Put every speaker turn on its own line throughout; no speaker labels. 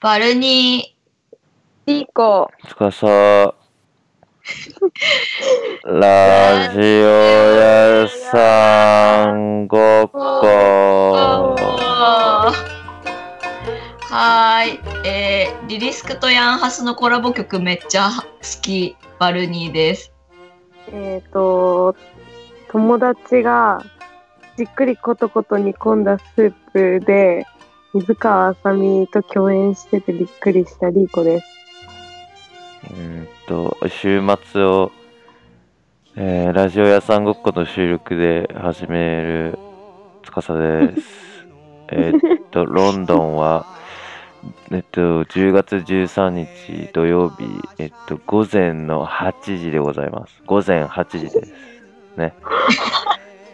バルニ
リコ、
つかさ、ラジオ屋さんごっ
ー。
こ。
はーい。えー、リリスクとヤンハスのコラボ曲めっちゃ好き、バルニーです。
えっ、と、友達がじっくりコトコト煮込んだスープで、水川あさみと共演しててびっくりしたリーコです。
うんと、週末を、えーラジオ屋さんごっこの収録で始めるつかさです。えーっ と、ロンドンは、えっと、10月13日土曜日、えっと、午前の8時でございます。午前8時です。 ね。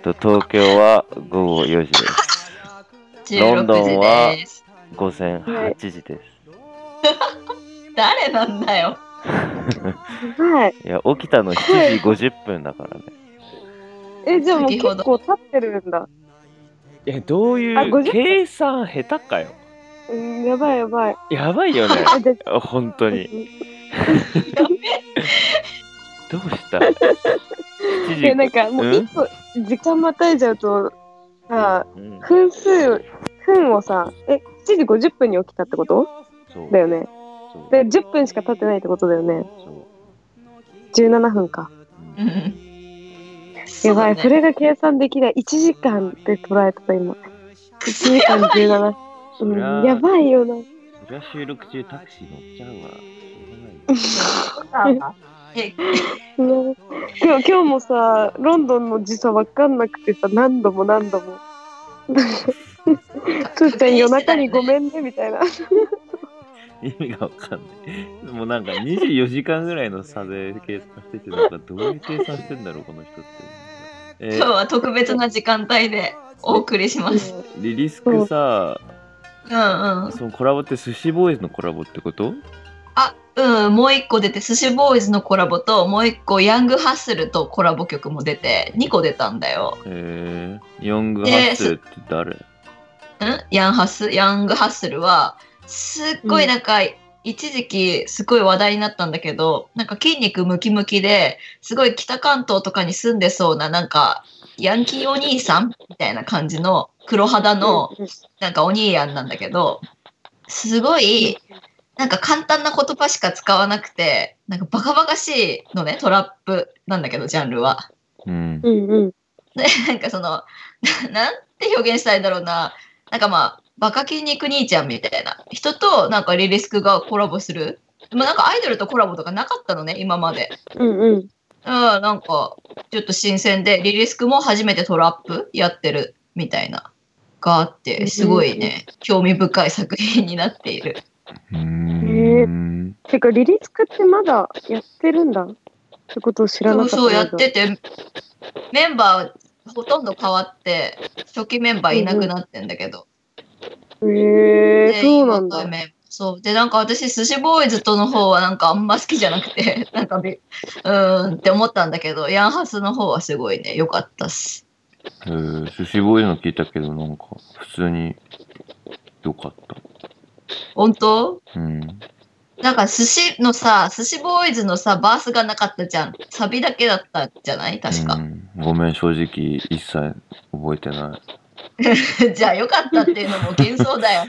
えっと東京は午後4時です。ロ
16
ンドンは
時です。
午前8時です。
誰なんだよ。
はい。
いや、起きたの7時50分だからね。
え、じゃあもう
先ほど
結構経ってるんだ。
いや、どう
あ
いう
50
計算下手かよ。
うん、やばいやばい。
やばいよ ね。
あ、じゃあ
本当に。どう した
いやなん
7時
かも
う
うん一個時間またいじゃうとさ
うん、
分数分をさえ7時50分に起きたってこと
そう
だよね
そう
で10分しか経ってないってことだよね
そ
17分か
う
う
うん
ん。
やばい
そうだね
それが計算できない1時間って捉えてた今1時間17
そりゃ
うん、やばいよな。
そりゃ収録中タクシー乗っちゃうわ。し
え
うん今日今日もさ、ロンドンの時差わかんなくてさ、何度も何度も。つーちゃん夜中にごめんねみたいな。
ょうがない意味がわかんない。もうなんか24時間ぐらいの差で計算してて、なんかどういう計算してんだろう、この人って。え
今日は特別な時間帯でお送りします。
リリスクさ、
うんうん。
そのコラボって寿司ボーイズのコラボってこと
あ、うん、もう一個出て、寿司ボーイズのコラボと、もう一個、ヤングハッスルとコラボ曲も出て、2個出たんだよ。
えー、ヨングハスって誰、
んヤンハス、ヤングハッスルは、すっごいなんか、一時期すごい話題になったんだけど、なんか筋肉ムキムキで、すごい北関東とかに住んでそうな、なんか、ヤンキーお兄さんみたいな感じの黒肌の、なんかお兄やんなんだけど、すごい、なんか簡単な言葉しか使わなくて、なんかバカバカしいのね、トラップなんだけど、ジャンルは。
うん
う、んうん。
で、なんかその、ななんて表現したいんだろうな。なんかまあ、バカ筋肉兄ちゃんみたいな人と、なんかリリスクがコラボする。まあなんかアイドルとコラボとかなかったのね、今まで。
うんうん。
うん、なんか、ちょっと新鮮で、リリスクも初めてトラップやってるみたいな、があって、すごいね、興味深い作品になっている。
ーてか、リリスクってまだやってるんだ。ってことを知らな
そ
かっ
うそ
た。
う、やってて、メンバーほとんど変わって、初期メンバーいなくなってんだけど、
へえ、
で
そうなん
今
だ
回。メンそう。で、なんか私、寿司ボーイズとの方はなんかあんま好きじゃなくて、 なんかび、うーんって思ったんだけど、ヤンハスの方はすごいね、良かったっす。
えー、寿司ボーイズの聞いたけど、なんか、普通に良かっ
本当
た。うん。
なんか寿司のさ、寿司ボーイズのさ、バースがなかったじゃん。サビだけだったじゃない確
う
か。
んごめん、正直、一切覚えてな
じゃあよかったっていうのも幻想だよ。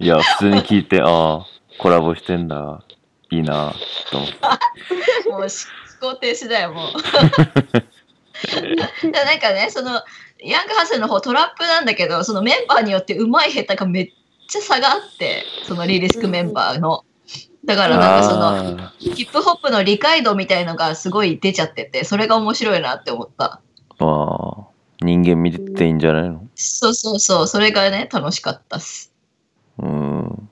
い。いや、普通に聞 いて、ああ、コラボしてんだ。いいな、と思って。
もう思考停止だよ、もう。 でなんかね、その、ヤングハッスルの方トラップなんだけど、そのメンバーによってうまい下手がめっちゃ差があって、そのリリスクメンバーの。だからなんかその、
あ
ヒップホップの理解度みたいのがすごい出ちゃってて、それが面白いなって思った。
ーあー、人間見れていいんじゃないの
そうそうそう、それがね、楽しかったっす。
うん。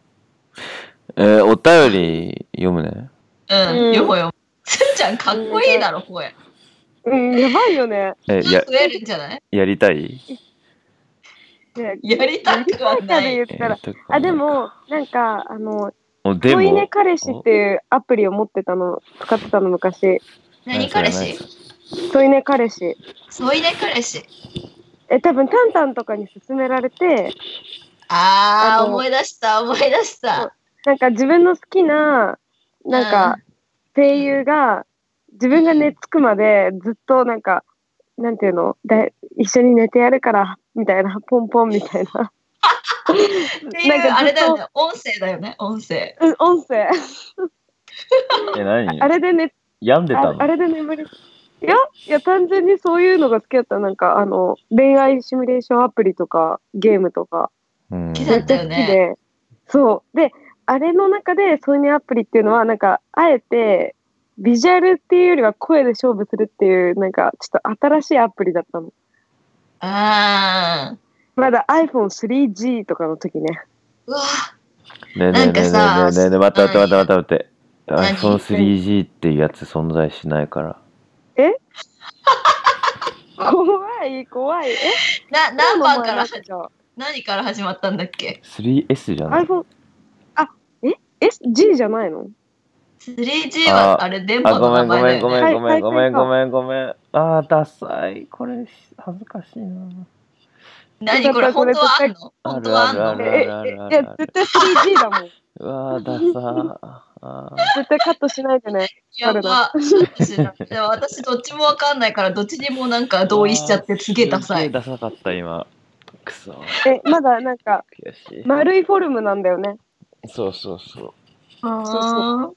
えー、お便り読むね。
う、
うんん
よもよも。つーちゃんかっこいいだろ、声。
うん、やばいよね。
え、
ちょ
や
っ、と増えるんじゃない
やりたい
ね
やりたくはな
や
い。
りたいかで言ったら。あ、で、も、なんか、あの、
おで
恋
も
ね、彼氏っていうアプリを持ってたの、使ってたの昔。
何彼
ない
氏
そ
恋ね、彼氏。
添い寝彼氏。
え、多分、タンタンとかに勧められて、
あ
あ
あ、
と
思い出した、思い出した。
なんか自分の好きな、なんか声優が自分が寝つくまでずっとなんか、なんていうの、だ一緒に寝てやるから、みたいな、ポンポンみたい な。
っていう、
なんかずっと
あれだよね、音声だよね、音声。
うん音声。
え、何
あれで寝、
病んでた
あ
の
あれで眠り。いや、いや、単純にそういうのが好きだった。なんか、あの、恋愛シミュレーションアプリとか、ゲームとか、
うん
気
め
づい
っち
た
ゃ
よ
好き
ね
で。そう。で、あれの中で、挿入アプリっていうのは、なんか、あえて、ビジュアルっていうよりは声で勝負するっていう、なんか、ちょっと新しいアプリだったの。
ああ。
まだ iPhone3G とかの時ね。
うわ
ねえねえ
なん
ね
か
えね
さ
えねえねえ待って待って待って待って待
何
って iPhone3G っていうやつ存在しないから
怖い、怖い。え
な、何番から、
ら
何から始まったんだっけ
3S じゃない
?iPhone、あ、ええ ?G じゃないの
?3G は、
あ
あれ、電波
あ、
の
ごめ
名
んご
前
めん
だ
ご
よ
め
ね。
んごめんごめん
はい
ごめんごめん。あー、ダサい。これ、恥ずかしいな。
何これ、本当はあんの
あ
本当
る
はあ
あ
ん
るあ
の
る
え、え、
あ
え
るあ
いや
る、あ
絶
る。
対 3G だもん。
うわー、ダサー。あー
絶対カットしないでね。
やば。私でも私、どっちもわかんないから、どっちにもなんか同意しちゃって、すげえダサ
すげ
い。
ダサかった、今。くそ。
え、まだなんか、
悔しい。
丸いフォルムなんだよね。
そうそうそ
あ
そうそ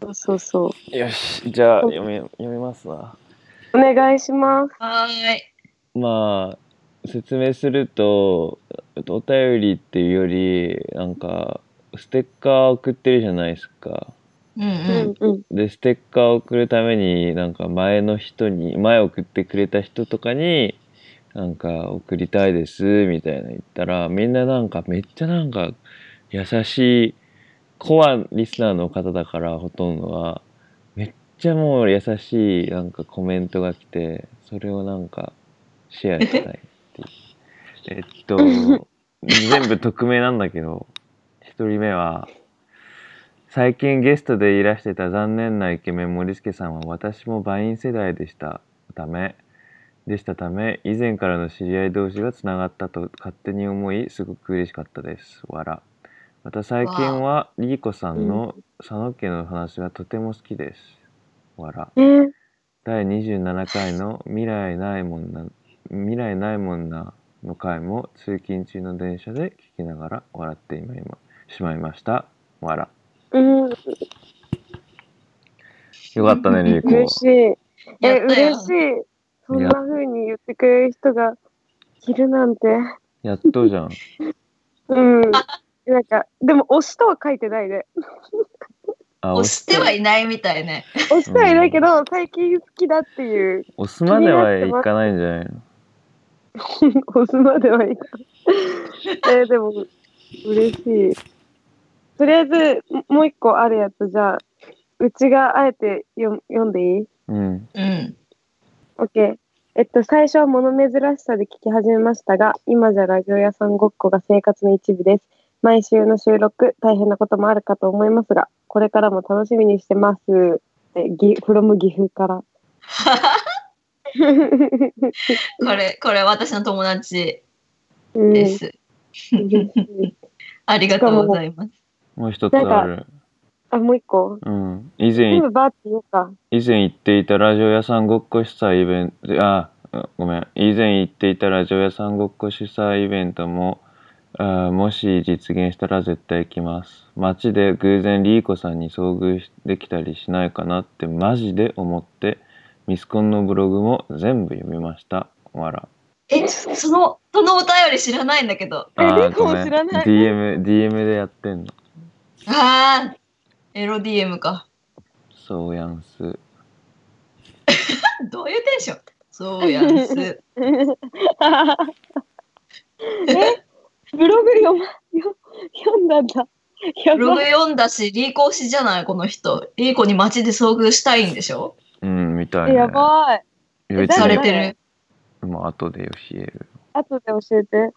ー
そうそうそう。
う。よし、じゃあ、読み、読みますわ。
お願いします。
はーい。
まあ説明するとお便りっていうよりなんかステッカー送ってるじゃないですか。
うん
う
うん
ん。うん。
でステッカーを送るためになんか前の人に前送ってくれた人とかになんか送りたいですみたいな言ったらみんななんかめっちゃなんか優しいコアリスナーの方だからほとんどはめっちゃもう優しいなんかコメントが来てそれをなんかシェアしたいっていうえっと全部匿名なんだけど一人目は最近ゲストでいらしてた残念なイケメン森助さんは私もバイン世代でしたためでしたため以前からの知り合い同士がつながったと勝手に思いすごく嬉しかったですわらまた最近はリーコさんの佐野家の話がとても好きですわら
えー、
第27回の未来ないもんな「未来ないもんな」の回も通勤中の電車で聞きながら笑って今今しまいました。わら。
うん、
よかったね、リーコ。
嬉しい。え、
やったよ
嬉しい。そんな風に言ってくれる人がいるなんて。
やっとじゃん。
うん。なんか、でも、推しとは書いてないで。
あ、
押
押す
してはいないみたいね。
推しとはいないけど、最近好きだっていう、
押すまではいかないんじゃないの
推すまではいいか。 えーでも、嬉しい。とりあえず、ももう一個あるやつ、じゃあ、うちがあえて読読んでいい
う
う
ん。
ん。
OK。えっと、最初は物珍しさで聞き始めましたが、今じゃラジオ屋さんごっこが生活の一部です。毎週の収録、大変なこともあるかと思いますが、これからも楽しみにしてます。え、ぎ、from 岐阜か ら。
これ、これ私の友達
うん、
で
嬉し
す。
い
ありがとうございます。
もう一つある。
あ、もう一個。
うん。以前
全、部バーって言おうか。
以前言っていたラジオ屋さんごっこ主催イベント、あ、ごめん。以前言っていたラジオ屋さんごっこ主催イベントも、あもし実現したら絶対行きます。街で偶然リーコさんに遭遇できたりしないかなってマジで思って、ミスコンのブログも全部読みました。わら。
え、そその、そのお便り知らないんだけど。
え
ー
リーコも知らない
DM、DM でやってんの。
ああ、エロ DM か。
そうやんす。
どういうテンションそうやん す。
え、ブログ読ま、よ読んだんだ。や
ブログ
ばい。
読んだし、リーコ推しじゃない、この人。リーコに街で遭遇したいんでしょ
うん、みたい
え
ね。
やばい。
別に
誰
されて
誰
る。
もう後で教える。
後で教えて。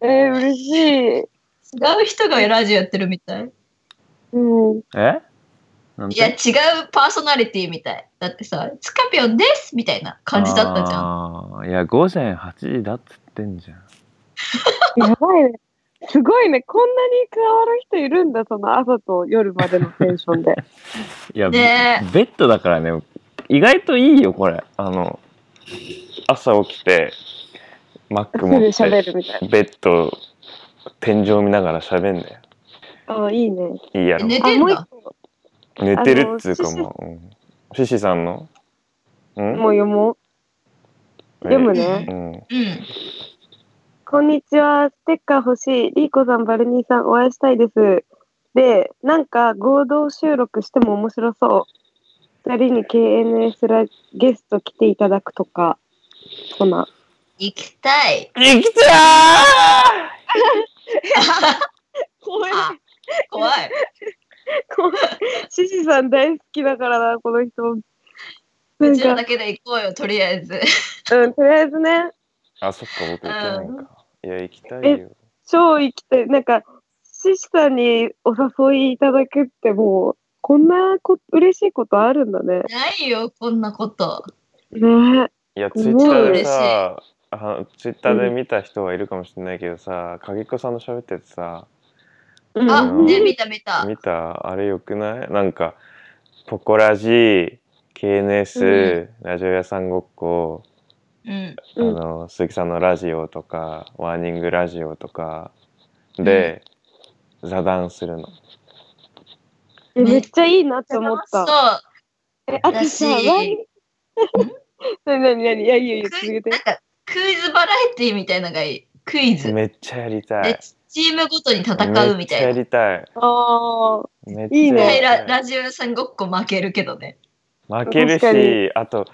えー、嬉しい。
違う人がラジオやってるみたい。
うん。
えなん
いや、違うパーソナリティみたい。だってさ、スカピオンですみたいな感じだったじゃん。
ん。いや、午前8時だっつってんじゃん。
やばいね。すごいね。こんなに変わる人いるんだ、その朝と夜までのテンションで。
いや、
ね
ベベッドだからね意外といいよこれあの朝起きてマック
す
持
ぐ
って
喋るみたい
ベッド天井見ながら喋んね
な。あ、いいね。
いいやろ
寝
あ、
てんだ
もう一個。
寝てるっつうか
あの
もう、うん、シシさんのうん
もう読もう。読むね。
うん
うん。
こんにちは。ステッカー欲しい。リーコさん、バルニーさん、お会いしたいです。で、なんか合同収録しても面白そう。二人に KNS ラゲスト来ていただくとか、そんな。
行きた い。
生きた
怖い
あ怖い。
怖い。シシさん大好きだからな、この人。な
うんちら
か
だ、けで行こうよ、とりあえず。
うん、とりあえずね、
ーあそっか僕行けないか、いや行きたいよ
超行きたい。なんか、シシさんにお誘いいただくってもう、こんなこ嬉しいことあるんだね。
ないよ、こんなこと。
ねえ。
いやツイ
す
ッ
ごい
ターでさあツイッターで見た人はいるかもしれないけどさ影っ子さんの喋っててさ
あ、
うん
ね、見た見た。
見たあれよくないなんかポコラジ KNS、ラジオ屋さんごっこ、
うん。
うん
あの鈴木さんのラジオとかワーニングラジオとかで、座談するの
え
ね
めっちゃいいなって思った。
そ
え、あとさ、
だ
ワ
し
イン。 なになになに、いや、いいよいいよ、続
う。
けて
なん。か、クイズバラエティみたいなのがいい。クイズ。
めっちゃやりた
で
い、
チームごとに戦うみた
めっちゃや
いな。
りたい
ああ、
めっ
いい
ちゃ
ね
はい
や
ラ
りたい
ラジオ屋さんごっこ負けるけどね。
負ける
確か
し
に
あと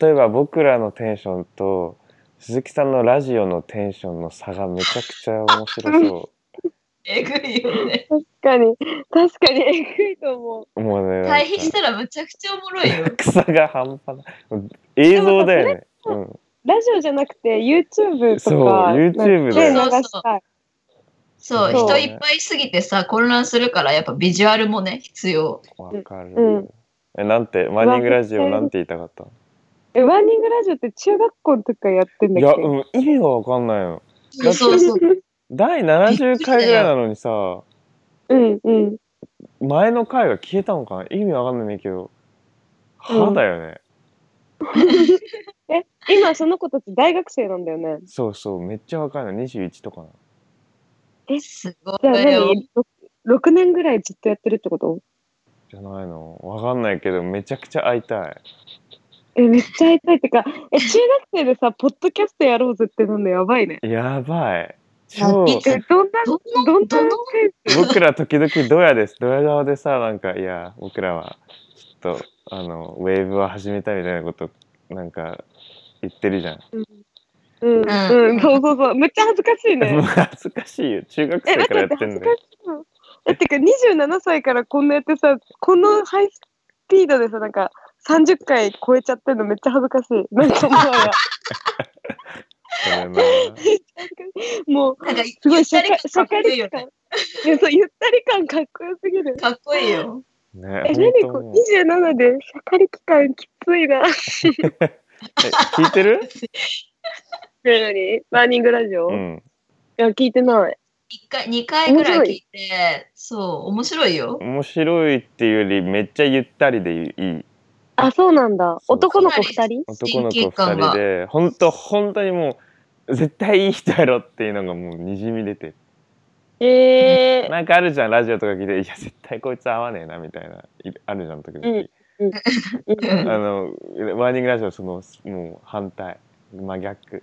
例えば僕らのテンションと鈴木さんのラジオのテンションの差がめちゃくちゃ面白そ
えぐいよね。
確かに、確かに、えぐいと思う。
うもうねなんか
対比したらむちゃくちゃおもろいよ。
草が半 端ない映像だよねうん
ラジオじゃなくて、YouTube
そう
とか。
YouTube
だよ
なんかで流したい。
そう、
そう
人いっぱいすぎてさ、混乱するから、やっぱビジュアルもね、必要。
わかる、
うん
えなんてマーニングラジオなんて言いたかった
え、ワーニングラジオって中学校の時からやってん
い
だ
や、
っけ
うん、意味がわかんないのだって
そうそう。
第70回ぐらいなのにさ
うんうん。
前の回が消えたのかな意味わかんないけど歯だよね、
今、その子たち大学生なんだよね。
そうそうめっちゃ若いの21とかな
すご
じゃあ
いよ。
何、ろ6年ぐらいずっとやってるってこと
じゃないのわかんないけどめちゃくちゃ会いたい
え、めっちゃ会いたいってか、え、中学生でさ、ポッドキャストやろうぜってなんのやばいね。
やばい超
いつ
え、どんな、
どんな
どんな
どんな
僕ら時々ドヤですドヤ顔でさなんかいや僕らはちょっとあのウェーブを始めたみたいなことなんか言ってるじゃん
う
ん
ん、うん、そうそうそう。めっちゃ恥ずかしい
もう
ね。
恥ずかしいよ中学
え、
生
待っ
か
て
ら
待
や
っ
ってて
恥
ん
ずかしいの。え、て
だよ
か27歳からこんなやってさ、このハイスピードでさ、なんか30回超えちゃってんのめっちゃ恥ずかしい。なんかもうや
それな
もう、
なんか、
すご
ゆ
い
っ
社
たり
会、
か
社
っこ
会
いいよ
力
ね
感。。いやそうゆったり感かっこよすぎる。
かっこいいよ。
ね
え、
本
何
当
こ
もう
う、27で社会期間きついな。
え聞いて る
何バーニングラジオ、
う
い
ん
や、聞いてない。
一回、二回ぐらい聞いて、そう、面白いよ。
面白いっていうよりめっちゃゆったりでいい
あ、そうなんだ。
そう
男の子2人
男
親
の子
近感
2
が
人で本当本当にもう絶対いい人やろっていうのがもうにじみ出てる
え
なんかあるじゃんラジオとか聞いて「いや絶対こいつ合わねえな」みたいないあるじゃん時々、
うん
あ
ー。
のワーニングラジオそのもう反対真逆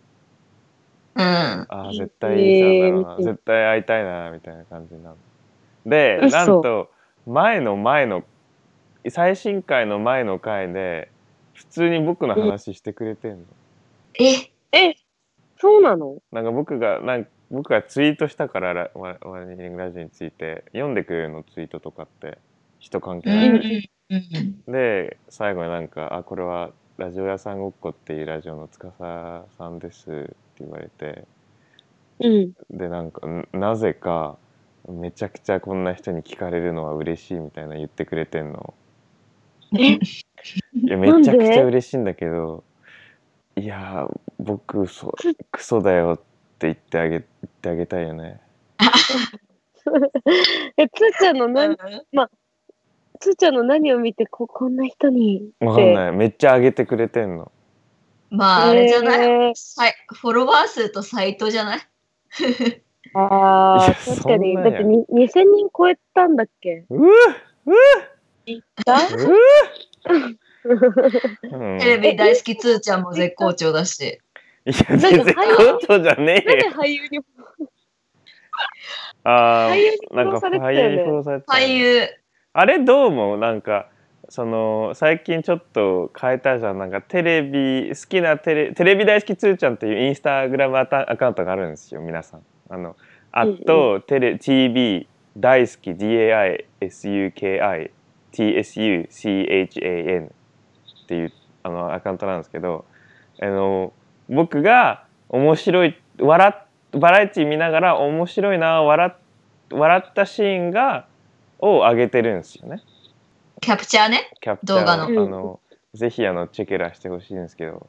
うん。
ああ
えー
絶対いい人なんだろうな、
えー
絶対会いたいなみたいな感じになるで
嘘
なんと前の前の最新回の前の回で普通に僕の話してくれてんの、
え、
え、そうなの
なんか僕がなん僕がツイートしたからラワワーニングラジオについて読んでくれるのツイートとかって人関係
う
ない、
ん。うん。
で最後になんか「あこれはラジオ屋さんごっこっていうラジオの司さんです」って言われて
うん。
でなんかんなぜかめちゃくちゃこんな人に聞かれるのは嬉しいみたいな言ってくれて んの
え
いやめ
なん
ち
で
ゃくちゃ嬉しいんだけどいやー僕そクソだよっって言ってあげ、言ってあげたいよね。
え、つーちゃんの何、
う
つーちゃんの何を見て、こ、こんな人にって。
わかんない。めっちゃあげてくれてんの。
んまあ、あれじゃない、
えー
さいフォロワー数とサイトじゃない
あ
い
あ
や、
確かに。
そん
だ
なんや
ってに2000人超えたんだっけ
うぅ
だ
うぅ、うん、
テレビ大好きつーちゃんも絶好調だし。
いや、全然コントじゃね
な
え
んで
よ。
俳優に、
あ
俳優に
あ、なんか
殺されてた
俳
よね
優に殺されてたよね
俳優、
あれどうもなんかその最近ちょっと変えたじゃんなんかテレビ好きなテレテレビ大好きつーちゃんっていうインスタグラムアタアカウントがあるんですよ皆さん。あのあと、テレ TV 大好き DAISUKI TSUCHAN っていうあのアカウントなんですけどあの僕が面白い笑っバラエティ見ながら面白いな笑っ笑ったシーンがを上げてるんですよね
キャプチャーね。
キャプチャー
動画の
あのぜひあのチェケラしてほしいんですけど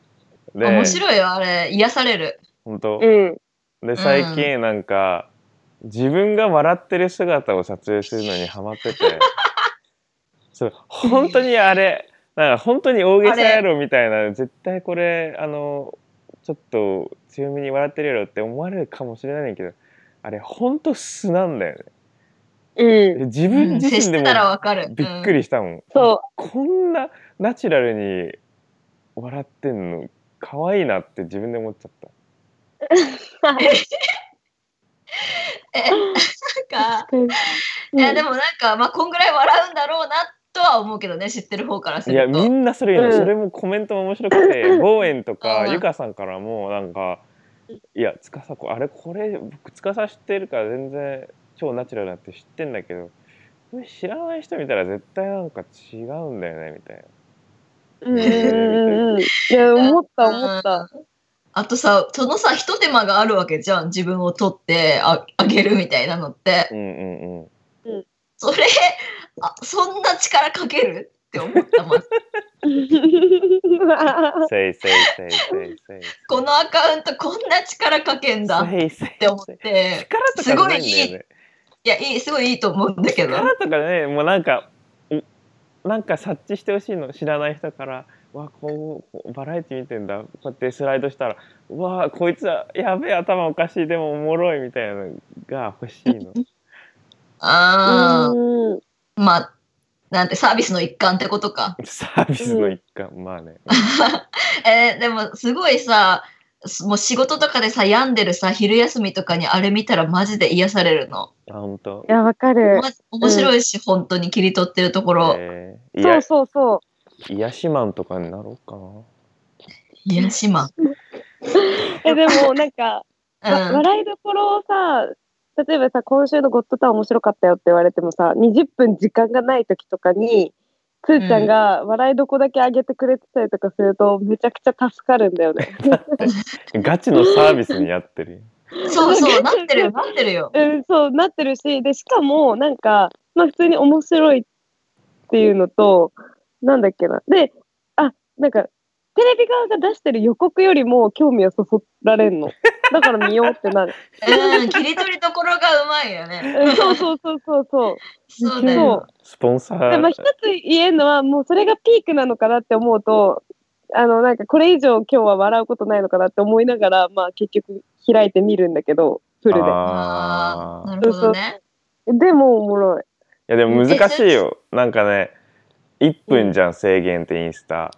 で
面白いよ、あれ。癒される。
本当
うん。
で最近なんか、自分が笑ってる姿を撮影するのにハマっ ててそう本当にあれなんか本当に大げさやろみたいな絶対これあのちょっと強めに笑ってるやろって思われるかもしれないねんけどあれ本当素なんだよね
うん。
で自
う
分
ん、
自
接
身
し
で
て
も
たらわかる。
びっく
り。
りしたもん、
そ
こんなナチュラルに笑ってんの可愛いなって自分で思っちゃった
え、なんか、
う。
いや、でもなんか、まあ、こんぐらい笑うんだろうなとは思うけどね、知ってる方からす
いや
る
み
と。
んなそれ言うの、
うん
それもコメントも面白く て望遠とか
うん
ゆかさんからもなんか「いや司こあれこれ僕司知ってるから全然超ナチュラルだって知ってんだけどこれ知らない人見たら絶対なんか違うんだよね」みたいな。
うんうんうん。いや、思った思 った。
あとさ、そのさ、ひと手間があるわけじゃん。自分を撮ってああげるみたいなのって。
うんう んうん
それ、あそんな力かけるって思ったもん。
せいせいせいせいせい
このアカウントこんな力かけんだっ
せいせい
て思っ
せい
て。
力とかじゃないんだよね。
いや、いい、すごいいいと思うんだけど。
力とかねもうなんかおなんか察知してほしいの知らない人から「わこうバラエティ見てんだ」こうやってスライドしたら「うわこいつはやべえ頭おかしいでもおもろい」みたいなのが欲しい の。
あー
うん。
まあ、なんてサービスの一環ってことか。
サービスの一環、まあね。
えーでもすごいさ、すもう仕事とかでさ、病んでるさ、昼休みとかにあれ見たらマジで癒されるの。
あ本当
い。や、わかる。
ま面白いし、本当に切り取ってるところ、
えー、い
そ
や
うそうそ
癒しマンとかになろうかな。
癒しマン。
う。え、でも、なんか、
う
わ
ん。
笑いどころをさ例えばさ今週の「ゴッドタウン面白かったよ」って言われてもさ20分時間がない時とかにつーちゃんが笑いどこだけ上げてくれてたりとかするとめちゃくちゃ助かるんだよ ね。
ガチのサービスにやってる。
そうそう、なってるよ、なってるよ。
うん、そうなってるしでしかもなんか、まあ、普通に面白いっていうのとなんだっけなであなんかテレビ側が出してる予告よりも興味をそそられんのだから見ようってなる。
うん、切り取りどころがうまいよね。
うん、そうそうそうそうそう。
そうだよ。
スポンサ
でも
ー
一。つ言えるのはもうそれがピークなのかなって思うとあのなんかこれ以上今日は笑うことないのかなって思いながら、まあ、結局開いてみるんだけどフル
ああ、
ああ。
なるほどね。
ででもおもろい
いやでも難しいよ。なんかね、1分じゃん、制限ってインスタ。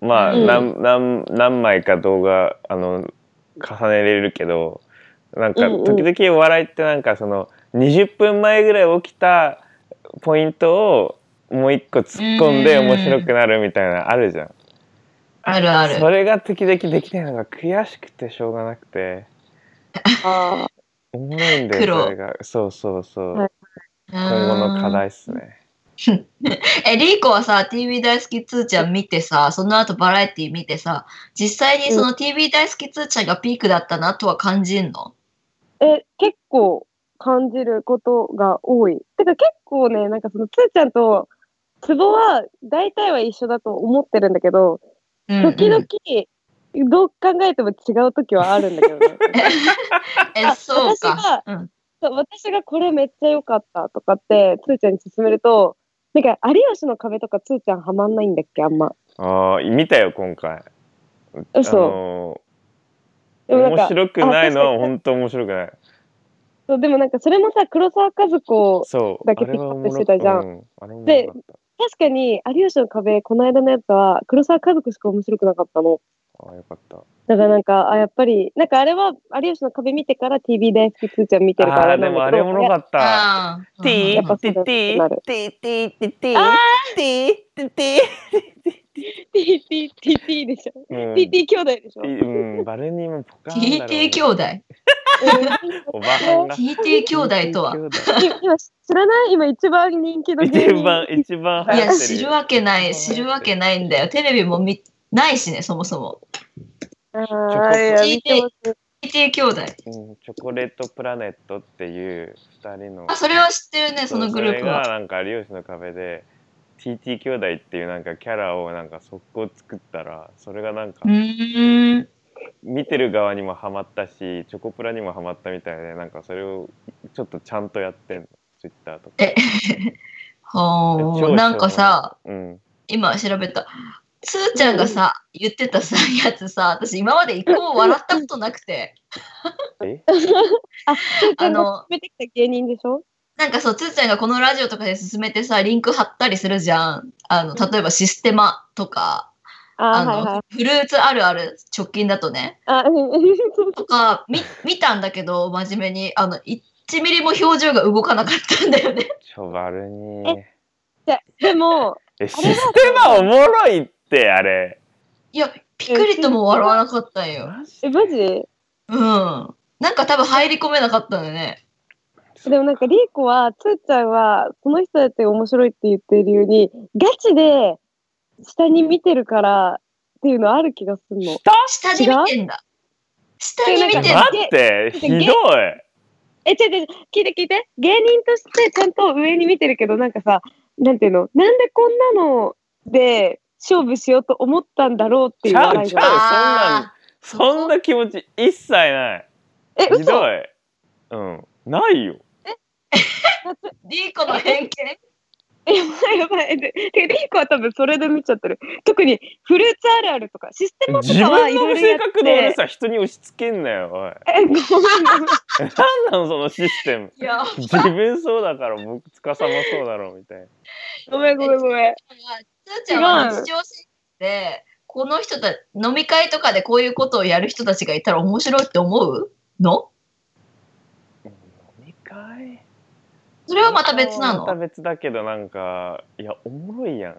まあ、
うん
なん、なん、何枚か動画、あの、重ねれるけど、なんか、
うんうん
時々お笑いってなんかその、20分前ぐらい起きたポイントを、もう一個突っ込んで
うん
面白くなるみたいなのあるじゃん。
あるあ
そ
る。
れが時々できないのが悔しくてしょうがなくて、
あ
おもろいんだ
苦労
よ、それが。そうそうそう。
はい
今後の課
うん
題っすね。
え、リーコはさ、TV 大好きつーちゃん見てさ、その後バラエティ見てさ、実際にその TV 大好きつーちゃんがピークだったなとは感じんの
え結構感じることが多いてか結構ねなんかそのつーちゃんとツボは大体は一緒だと思ってるんだけど
うんうん
時々どう考えても違う時はあるんだけどね。
え、そう
私
か。
が、
うん
そう私がこれめっちゃ良かったとかって、つーちゃんに勧めると、なんか、有吉の壁とかつーちゃんハマんないんだっけ、あんま。
ああ、見たよ、今回。
嘘。
あ
でも
の
なんか
ー面白くないの
あ
は本当面白くない。
そうでもなんか、それもさ、黒沢和子、
そう。
だけ
あれはおもろ
ピックアップしてたじゃん
うんあれも面白かっ
確かに、有吉の壁、この間のやつは、黒沢和子しか面白くなかったの。
た。ああ、よかった。
だからなんか、あ、やっぱり、なんかあれは、有吉の壁見てから TV 大好きつーちゃん見てるから
ああ
な
ー、
んだけ
で
ど
もあれおもろかった。
ああ。
ティ
やっぱ
ー、
そ
テ
う
ィ
だ
ー、
って
ティ
なる、
ーティー、ティー、ティー、ティー
あ、
ティー、ティー。
TTTT でしょ。
うん
TT 兄弟でしょ。
うん、誰にもポカーンだろう
TT
ね
兄弟。
おばはんが
TT 兄弟とは。
い今知らない今一番人気の
一
芸人
番一番
い
流行
や、
ってる
知るわけない、知るわけないんだよ。テレビも見ないしね、そもそも。
あーいや見てます
TT 兄弟。
うんチョコレートプラネットっていう二人の
あ、それは知ってるね、
そ
そうのグループは
そ。れがなんか有吉の壁で TT 兄弟っていうなんかキャラをなんか速攻作ったらそれがなんか
うーん。
見てる側にもハマったしチョコプラにもハマったみたいでなんかそれをちょっとちゃんとやってんの Twitter とか
え、 は
超
あ。なんかさ、
うん
今調べた。すーちゃんがさ、言ってたさ、 やつさ、私今まで一個も笑ったことなくて。
え
あの、
出てきた芸人でしょ
なんかそう、つーちゃんがこのラジオとかで進めてさ、リンク貼ったりするじゃん。あの、例えばシステマとか、
あ
あ
ーはいはい
の、フルーツあるある直近だとね。
あ うん
とか見見たんだけど真面目にあの1ミリも表情が動かなかったんだよね。
ちょばるに
じゃでも
えシステマおもろいってあれ
いやピクリとも笑わなかったんよ。
マジ
えマジで
うん。なんか多分入り込めなかったんだよね。
でもなんかリーコはつーちゃんはこの人たちが面白いって言ってる理由にガチで下に見てるからっていうのある気がするの
下
下に見てんだ。下に見てん
えなんか
だ。
待ってひど
え、違う
い
違う、聞いて聞いて。芸人としてちゃんと上に見てるけど、なんかさ、なんていうの、なんでこんなので勝負しようと思ったんだろうっていう
ちゃう
笑い
ちゃ
が。
あ
そんな気持ち一切ない
え、
ひど
嘘
いうんないよ
リーコの偏見
えやばいやばい。で、でリーコは多分それで見ちゃってる。特にフルーツあるあるとか、システムと
自
かはい
分
ろ
の
いろや
性
って
格の悪さ人に押し付けんなよおい
え、ごめん
何なのそのシステム
いや
自分そうだから僕司もそうだろうみたいな
ごめんごめんごめん。
つーちゃんは
違う
日常生活でこの人た飲み会とかでこういうことをやる人たちがいたら面白いって思うの
飲み会
それはまた別なの
また別だけどなんかいやおもろいやんい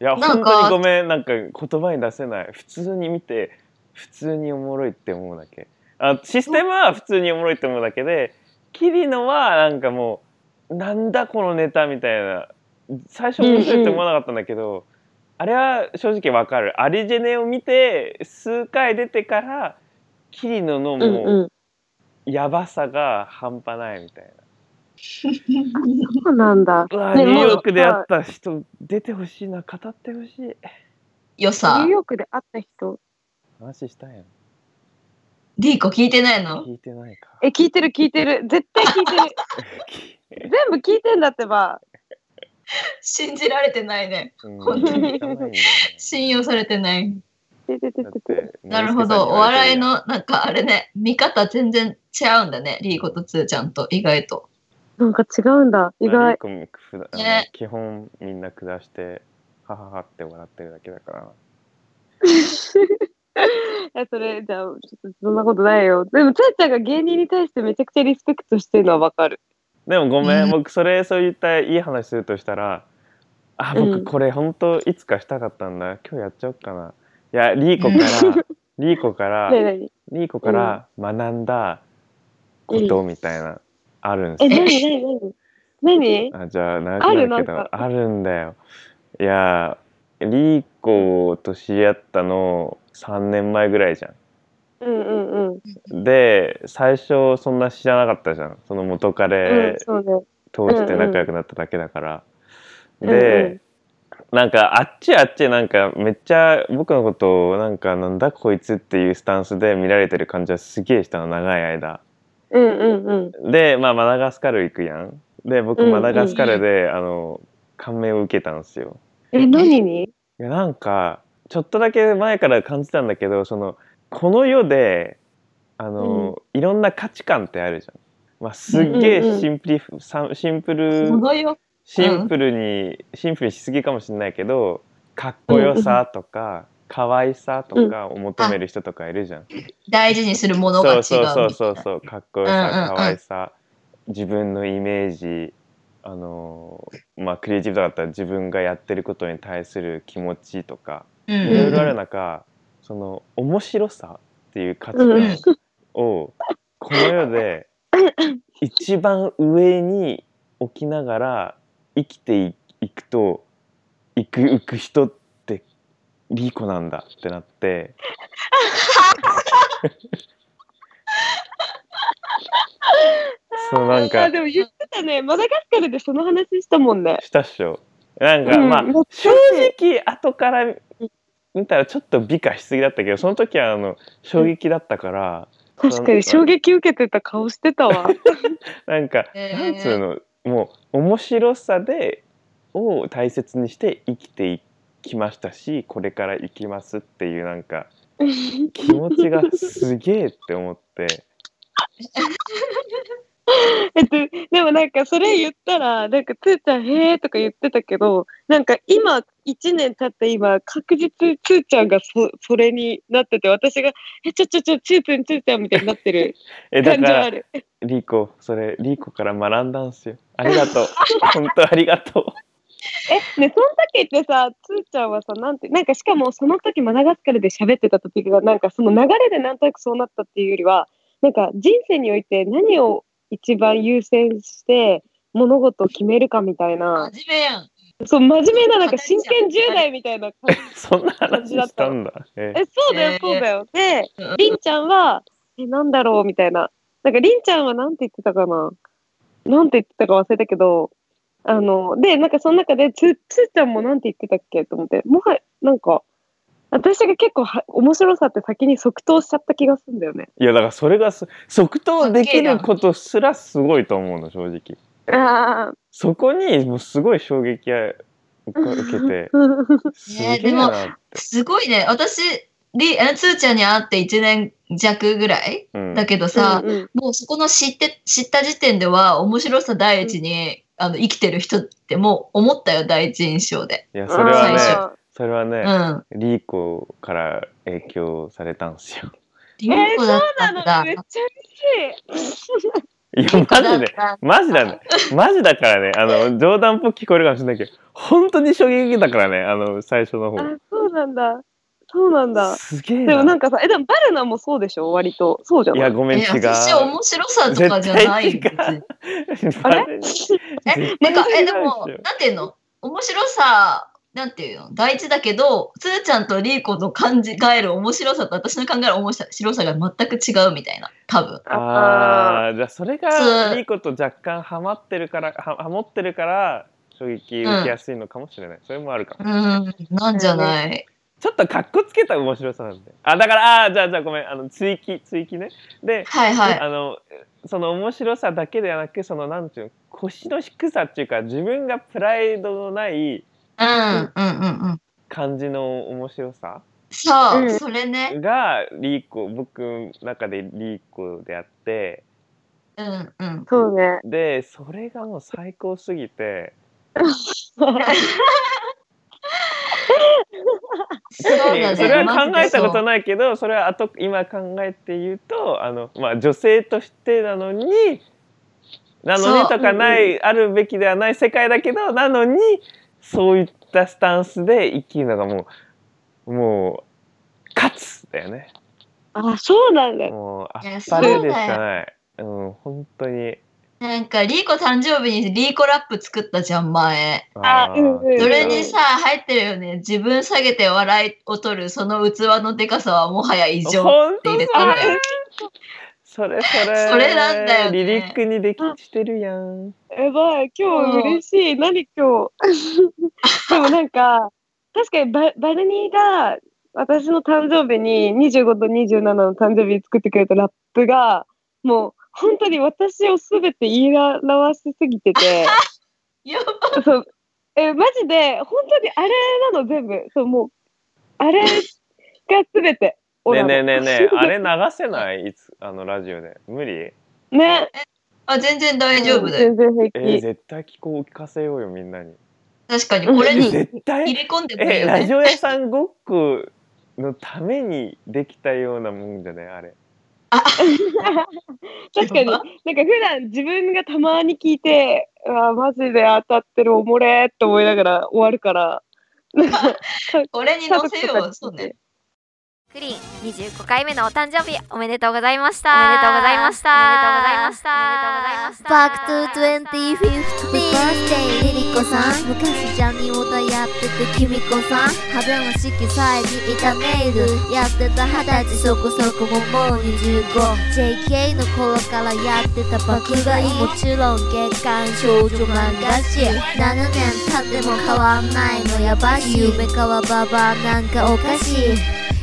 や
なん
本
か
当にごめんなんか言葉に出せない普通に見て普通におもろいって思うだけあシステムは普通におもろいって思うだけでキリノはなんかもうなんだこのネタみたいな最初面白いって思わなかったんだけど、あれは正直わかるアリジェネを見て数回出てからキリノの
うん
も
うん。
うやばさが半端ないみたいな。
そうなんだ。
うわ
ね
ニューヨ
も
ー
う
クで会った人出てほしいな語ってほしい
よ
ニュ
さ
ー、ヨークで会った人。
話したやん
リーコ聞いてないの
聞いてないか
え、聞いてる聞いてる。絶対聞い てる。全部聞いてんだってば。
信じられてないね。
うん
本
当に
聞かないんだよね
信用されてない。
ててて
だ
て
ってて
なるほど。お笑いの、なんかあれね、見方全然違うんだね。リーコとつーちゃんと、意外と。
なんか違うんだ。意
まあ
外
リー。コも普段あの
ね
基本みんな下してはははって笑ってるだけだから
え、それ、じゃあ、ちょっとそんなことないよ。でも、つーちゃんが芸人に対してめちゃくちゃリスペクトしてるのはわかる。
でもごめん、
うん
僕それそういったいい話するとしたらあ
うん
僕これ本当いつかしたかったんだ今日やっちゃおうかないやリーコからリーコから
ねえ、なに
リーコから学んだことみたいな、あるんです
え、
よ
なになになに
あじゃあ長
あ
くなるけど
るなんか
あるんだよいやーリーコと知り合ったの3年前ぐらいじゃ
うんうんうん。
んで最初そんな知らなかったじゃんその元
うん
彼、
そうね。
通して仲良くなっただけだから、
うんうん
で、なんかあっちあっちなんかめっちゃ僕のことをなんかなんだこいつっていうスタンスで見られてる感じはすげえしたの長い間
うんうんうん。
でまあマダガスカル行くやんで僕
うんうん
マダガスカルで、あの感銘を受けたんですよ
え、何に
いやなんかちょっとだけ前から感じたんだけどそのこの世であの、いろんな価値観ってあるじゃん。まあ、すっげ
うんうんうん
えシンプリフ、さシンプル
このよ
シンプルに、シンプルにしすぎかもしれないけどかっこよさとか、可愛さとかを求める人とかいるじゃん。
大事にするものが違
そううそうそうそう
みたいな
そうかっこよ
うんうんう
さ
ん
可愛さ自分のイメージあのまあクリエイティブだったら自分がやってることに対する気持ちとか
うん
い
うん
ろいろある中その面白さっていう価値観をこの世で一番上に置きながら生きていいくといくいく人ってリーコなんだってなって。 そうなん
あ
か
ーでも言ってたね。マダガスカルでその話したもんね。
したっしょなん
う
か、
ん
まあ
懐かしい
正直後から見たらちょっと美化しすぎだったけどその時はあの衝撃だったから、
確かに衝撃受けてた顔してたわ。
なんか、
えー
なんつうのもう面白さでを大切にして生きていきましたしこれから生きますっていうなん か気持ちがすげえって思って。
えっと、でもなんかそれ言ったら、なんかつーちゃんへーとか言ってたけど、なんか今、1年経った今、確実につーちゃんがそそれになってて、私が、え、ちょちょちょ、つーちゃんつーちゃんみたいになってる
えだか
感じはあ
ら
る。
リーコそれリーコから学んだんすよありがとう本当ありがとう
え、ね、その時ってさ、つーちゃんはさ、なんて、なんかしかもその時マダガスカルで喋ってた時が、なんかその流れでなんとなくそうなったっていうよりは、なんか人生において何を一番優先して、物事を決めるかみたいな、
真面目やん。
そう、真面目な、なんか真剣10代みたいな感じ
そんな話したんだえ
えそうだ
え
よ
ー
そうだよ、で
うん
りんちゃんは「えなんだろう?」みたいななんかりんちゃんはなんて言ってたかななんて言ってたか忘れたけどあのでなんかその中でつつーちゃんもなんて言ってたっけと思ってもはやなんか私が結構は面白さって先に即答しちゃった気がするんだよね
いやだからそれがす即答でき
すっげえ
る
な
ことすらすごいと思うの正直
ああ
そこにもうすごい衝撃を受 けてすげえなって、
すごいね。私、りあつーちゃんに会って1年弱ぐらい
うん、
だけどさ、もうそこの知って、知った時点では面白さ第一に、あの生きてる人ってもう思ったよ、第一印象で。
いやそれは
最
ね
初
それは
う
ね、
ん。
リーコから影響されたんで すよ
リンコだっ
あ
た
の
んだ。
めっちゃ嬉しい
いやマジで
だ
マジだね。マジだからね。あの、冗談っぽく聞こえるかもしれないけど、本当に衝撃だからね。あの、最初の
あ
方。
そうなんだそうなんだ
すげえ
で
な。
もなんかさえでもバルナもそうでしょ割とそうじゃ
い
ない
や、ごめん、
え
違う。
私面白さとかじゃない
絶対違う
あれ
え、なんか、え、でも
全然違うでしょ、
なんていうの面白さ、なんていうの大事だけど、つーちゃんとりーこの感じ、える面白さと私の考える面白さが全く違うみたいな、多分。
ああ、じゃあそれ
そ
が
う
いいこと若干ハマってるから、はハモってるから、衝撃受けやすいのかもしれない。それもあるかも。
うん、なんじゃない。
ちょっとかっこつけた面白さなんで。あ、だから、あーじゃあ、じゃあごめん。あの、追記、追記ね。で、
はいはい。
あのその面白さだけではなくそのなんていうの腰の低さっていうか自分がプライドのな
うん、
い
うん、うん、うん。
感じの面白さ
そう、
うん
それね。
がリーコ僕の中でリーコであって
うん、うん。
そうね。
でそれがもう最高すぎて
そ
そ
うん
れ
だね
は考えたこと
マ
ないけどそれは後今考えて言うとあの、まあ、女性としてなのになのに
そう
とかない、あるべきではない世界だけどなのにそういったスタンスで生きるのがもうもう勝つだよね
あ、そうなんだ。
もうあっ
いや
ぱれ
そう
でし
だよ
かない。うん、本当に。
ジでそうなんか、リーコ誕生日にリーコラップ作ったじゃん、前。
あ
ー
うんうん
それにさ、入ってるよね。自分下げて笑いを取る、その器のでかさはもはや異常。
本当
入れ
さ
てみたいな
それそれ。
それなんだよね
リリックにできしてるやん。
やばい、今日嬉しい。何今日。 でもなんか、確かにババルニーが私の誕生日に25と27の誕生日作ってくれたラップが、もう本当に私を全て言い表しすぎてて、
やば
そうえマジで本当にあれなの全部。そうもう、あれが全て。
ね
俺
え
の
ねえねえねえ、あれ流せないいつ、あの、ラジオで。無理
ね。
あ全然大丈夫だよ。
全然平気。
えー絶対聞こう聞かせようよ、みんなに。
確かにこれ
え
に
絶
入
対
れ込んでもいい
え、
よ
ラ
ね。
ジオ屋さんごっこのためにできたようなもんじゃないあれ。
確かに、なんか普段自分がたまに聞いて、うわマジで当たってるおもれーって思いながら終わるから、なんか
これに
家
乗
族とか
せ
に
よう。
聞
そう
い
ね
て。
クリーン25回目のお誕生日おめでとうございました
おめでとうございまし
おめ
た
でとうございました
バックトゥ 25th birthday リリコさん昔ジャニオタやっててキミコさん肌の色彩にいたメイルやってた二十歳そこそこももう 25JK の頃からやってた爆買いもちろん月刊少女漫画誌7年経っても変わんないのやばし夢川ババアなんかおかしい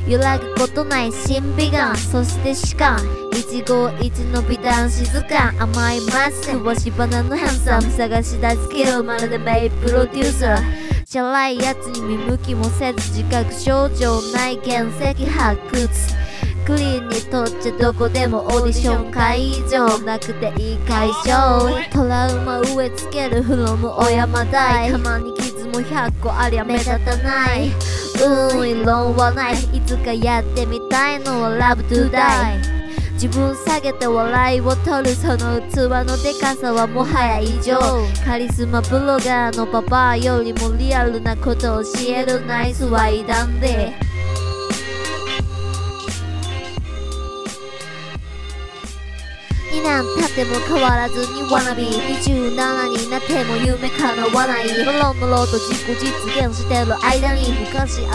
揺らぐことない神美眼そして主観一期一の美談静か甘いマスクは芝花のハンサム探し出すけどまるでメイプロデューサーチャラいやつに見向きもせず自覚症状ない原石発掘クリーンにとっちゃどこでもオーディション会場なくていい会場トラウマ植え付けるフロム小山台たまに傷も100個ありゃ目立たないうん異論はないいつかやってみたいのは Love to die 自分下げて笑いを取るその器のデカさはもはや異常カリスマブロガーのパパよりもリアルなことを教えるナイスワイダンで2年経っても変わらずに wannabe27 になっても夢叶わないもろもろと自己実現してる間に昔遊ん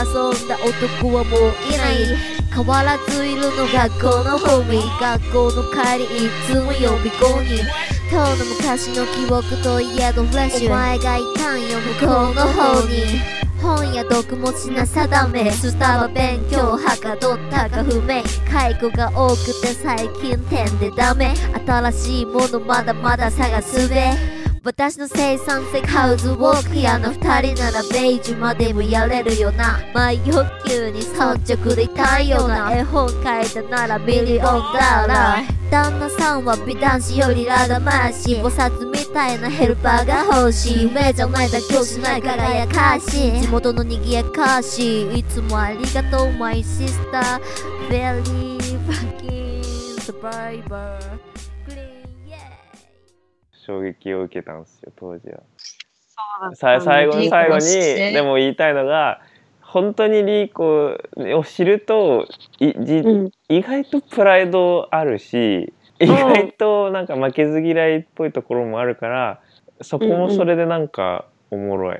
だ男はもういない変わらずいるのが学校のホーミー学校の帰りいつも予備校に遠の昔の記憶といえどフレッシュお前がいたんよ向こうの方に本や読もしな定めスタバ勉強はかどったか不明解雇が多くて最近点でダメ新しいものまだまだ探すべ私の生産性ハウズウォークやの二人ならベージュまでもやれるよな前欲求に率直でいたいような絵本書いたならミリオンダーラー旦那さんは美男子よりラダマシ菩薩みたいなヘルパーが欲しい夢じゃないだ教師ない輝かしい地元の賑やかしいいつもありがとうマイシスター very fucking survivor green yeah
衝撃を受けたんですよ、当時は。
そうだ
さ
った
最後の最
リー
後
コして
にでも言いたいのが本当にリーコを知るといじ
うん、
意外とプライドあるし意外となんか負けず嫌いっぽいところもあるからそこもそれでなんかおもろい、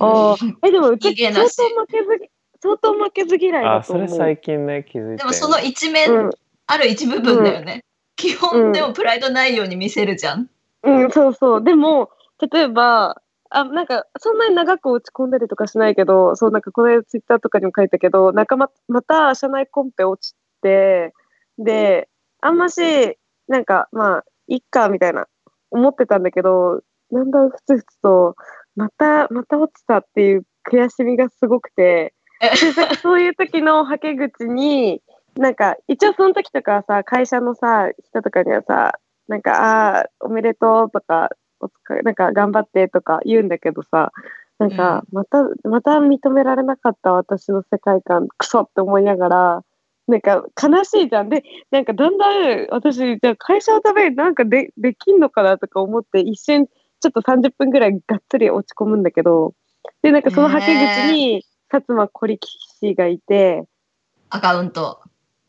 あーえでもうち
逃げ
相
な
当
し
負けずぎ相当負けず嫌いだ
あ
と
そ
思う。
れ最近ね気づいて
でもその一面、
うん
ある一部分だよね。基
うん
本でもプライドないように見せるじゃん。
うん、そうそう。でも、例えば、あ、なんか、そんなに長く落ち込んだりとかしないけど、そう、なんか、これツイッターとかにも書いたけど、仲間、また、社内コンペ落ちて、で、あんまし、なんか、まあ、いっか、みたいな、思ってたんだけど、だんだんふつふつと、また、また落ちたっていう悔しみがすごくて、
え
でさそういう時のはけ口に、なんか、一応その時とかはさ、会社のさ、人とかにはさ、なんか、ああ、おめでとうとか、お疲れ、なんか、頑張ってとか言うんだけどさ、なんか、また、また認められなかった私の世界観、クソって思いながら、なんか、悲しいじゃん。で、なんか、だんだん、私、じゃあ会社のためになんかで、できんのかなとか思って、一瞬、ちょっと30分ぐらいがっつり落ち込むんだけど、で、なんか、そのはけ口に、薩摩小力士がいて、
アカウント、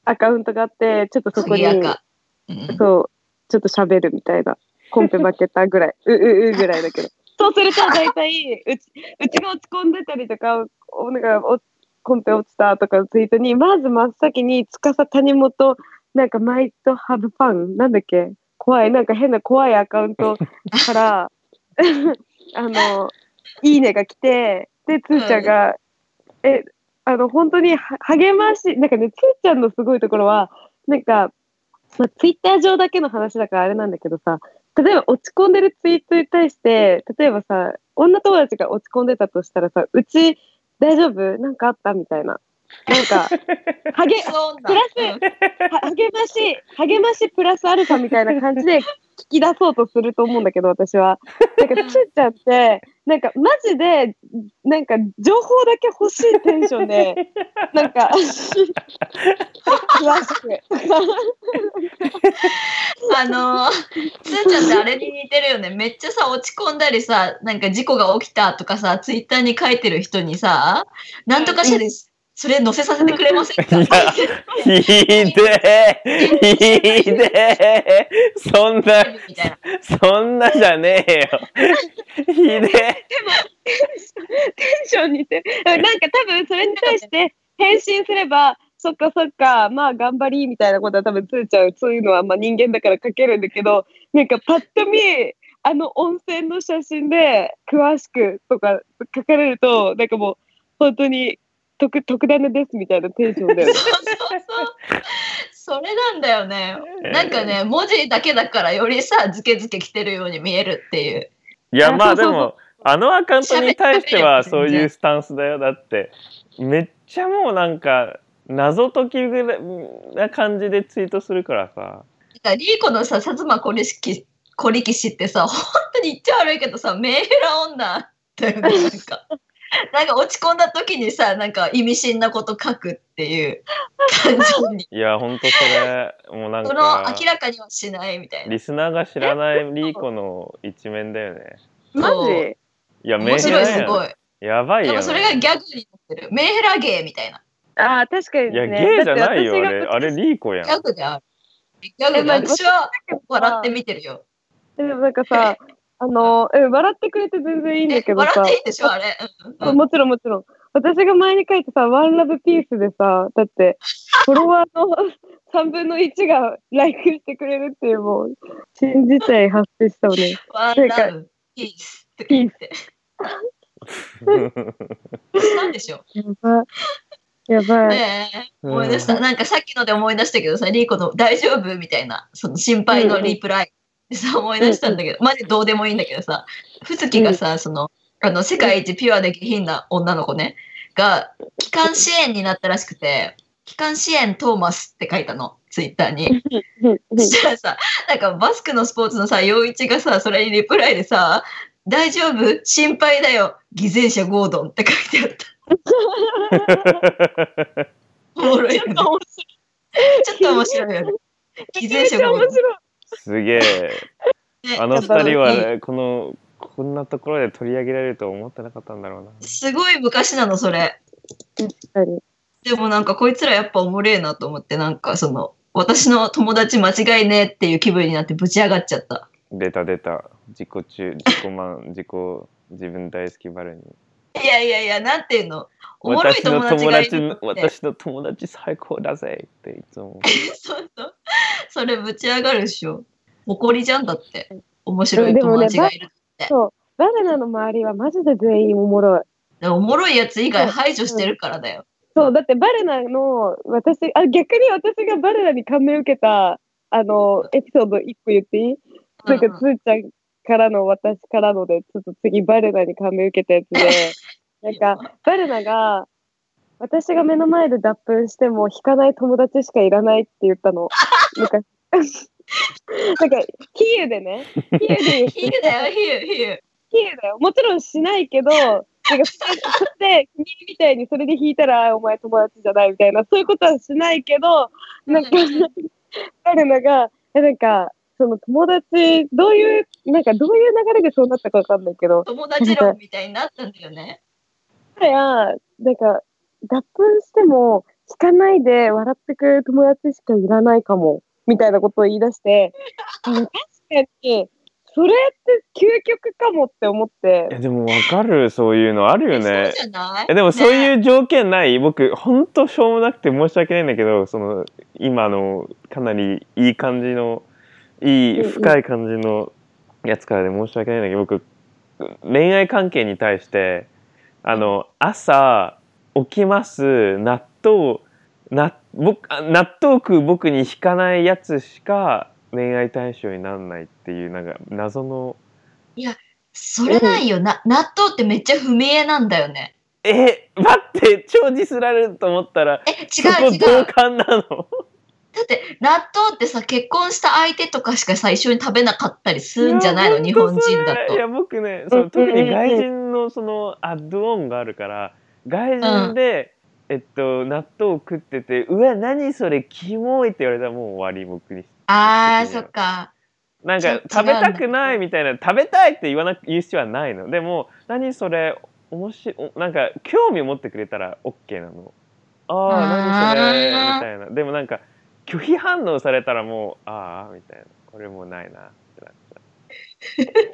アカウントがあって、ちょっとそこに
鍵、アカ。うん
そう、ちょっと喋るみたいな。コンペ負けたぐらい、 うううぐらいだけど。そうする と大体、うち、うちが落ち込んでたりとか、おなんかおコンペ落ちたとかのツイートに、まず真っ先に、司谷本なんかマイトハブファンなんだっけ怖いなんか変な怖いアカウントから あのいいねが来てでつーちゃんが、えあの本当には励ましなんかねつーちゃんのすごいところはなんか、まあ、ツイッター上だけの話だからあれなんだけどさ例えば落ち込んでるツイートに対して例えばさ女友達が落ち込んでたとしたらさうち大丈夫なんかあったみたいな。なんか励
そんな
プラスは励まし、励ましプラスアルファみたいな感じで聞き出そうとすると思うんだけど、私は。なんか、つーちゃんって、なんか、マジで、なんか、情報だけ欲しいテンションで、なんか、詳しく。
あのー、つーちゃんってあれに似てるよね。めっちゃさ、落ち込んだりさ、なんか事故が起きたとかさ、ツイッターに書いてる人にさ、なんとか社です。それ載せさせてくれませんか
いやひでえひでえそんな、
みたいな。
そんなじゃねえよ。ひでえ
テンション似てる。なんか、多分それに対して、返信すれば、そっかそっか、まあ頑張りみたいなことは多分つーちゃん、そういうのはまあ人間だから書けるんだけど、なんかパッと見、あの温泉の写真で詳しくとか書かれると、なんかもう本当に特特ダネですみたいなテンションだよね。
そうそうそう。それなんだよね。なんかね、文字だけだからよりさ、ズケズケ来てるように見えるっていう。
いや、まあでも、あのアカウントに対してはそういうスタンスだよ。だって、めっちゃもうなんか、謎解きぐらいな感じでツイートするからさ。
だからリーコのさ、薩摩小力小力士ってさ、本当に言っちゃ悪いけどさ、メンヘラ女だ よね、なんか。なんか落ち込んだ時にさ、なんか意味深なこと書くっていう感じに。
いや、ほんとそれ、もうなん
その
か、
明らかにはしないみたいな。
リスナーが知らないリーコの一面だよね。
マ
そう
ジ
いや、め
面
っち
白
ゃ
い、すごい。
やばい
で
よ、
も
ね。
それがギャグになってる。メンヘラゲーみたいな。
ああ、確かに
いや、
ね。
ゲーじゃないよ、あれ。
だ
あ
って
れ、
私が
リーコやん
ギ。ャグである。ギャグ
え
で
まあ
私は笑って見てるよ。
でもなんかさ、あの、うん笑ってくれて全然いいんだ
え
けど
笑
さ
っ。ていいでしょ、あれ。うん
もちろんもちろん。私が前に書いてさ、ワンラブピースでさ、だって、フォロワーの 3分の1が来クしてくれるっていう、もう、信じたい発生したよね。
ワンラブ、ピースって言って。なんでしょ
やば。やば
う。
い。
ねえ思い出した。なんかさっきので思い出したけどさ、リーコの大丈夫みたいな、その心配のリプライ。でさ、思い出したんだけど、マジどうでもいいんだけどさ、ふつきがさ、その、あの、世界一ピュアで下品な女の子ね、が、機関支援になったらしくて、機関支援トーマスって書いたの、ツイッターに。そしたらさ、なんかバスクのスポーツのさ、陽一がさ、それにリプライでさ、大丈夫心配だよ。偽善者ゴードンって書いてあった。おもろいよねちょっと面白いよね。偽
め
善
ち
者ゴ
ゃめちゃ
ード
面白い。
すげえ。
ン。ね
あの二
や
人
っぱ
は、ね、この、こんなところで取り上げられるとは思ってなかったんだろうな。
すごい昔なの、それ。
確かに。
でもなんかこいつらやっぱおもれえなと思って、なんかその、私の友達間違いねえっていう気分になってぶち上がっちゃった。
出た出た。自 己中、自己満、自己、自分大好きバルに。
いやいやいや、なんていうのおもろい
私
友
の
達
友
がいるって
達の、私の友達最高だぜっていつも。
そうそう。それぶち上がるでしょ。誇りじゃんだって。面白い
でも
友
ね
達がいる。
そう。バナナの周りはマジで全員おもろい。
でもおもろいやつ以外排除してるからだよ。
そう、だってバレナの、私、あ、逆に私がバレナに感銘を受けた、あの、エピソード1個言っていい
うん
なんか、つーちゃんからの、私からので、ちょっと次、バレナに感銘受けた やつで、なんか、バレナが、私が目の前で脱粉しても引かない友達しかいらないって言ったの。 昔。なんか、比喩でね、比喩で言って
比喩だよ、比喩、比喩。
綺麗だよ。もちろんしないけど、なんかそれで、君みたいにそれで弾いたら、お前友達じゃないみたいな、そういうことはしないけど、なんか、あるのが、えなんか、その友達、どういう、なんかどういう流れでそうなったかわかんないけど、
友達論みたいになったんだよね。
彼は、なんか、脱粉しても、聞かないで笑ってくれる友達しかいらないかも、みたいなことを言い出して、あの確かに、それって究極かもって思って
いやでもわかるそういうのあるよ
そ
ね
うじゃない
えでもそう
ね
いう条件ない、僕ほんとしょうもなくて申し訳ないんだけどその今のかなりいい感じのいい
うんうん
深い感じのやつからで申し訳ないんだけど僕恋愛関係に対してあの朝起きます納豆な僕あ納豆食う僕に引かないやつしか恋愛対象にならないっていうなんか謎の
それないよ、な納豆ってめっちゃ不明なんだよね
え待って超ディスられると思ったら
え
そ
違
こ
う違
同
う
感な
だ
の
って納豆ってさ結婚した相手とかしか最初に食べなかったりするんじゃないの
や
日本人だ
本当それい
と
や僕ねそううん特に外人のそのアッドオンがあるから外人で、えっと納豆を食ってて「うわ何それキモい」って言われたらもう終わり僕に
あーそっか
なん
ちょ
か
違うんだ
食べたくないみたいな食べたいって言わなく言う必要はないのでも何それおもしおなんか興味を持ってくれたら OK なのああ
あー
何それみたいなでもなんか拒否反応されたらもうああみたいなこれもうないなってなっちゃう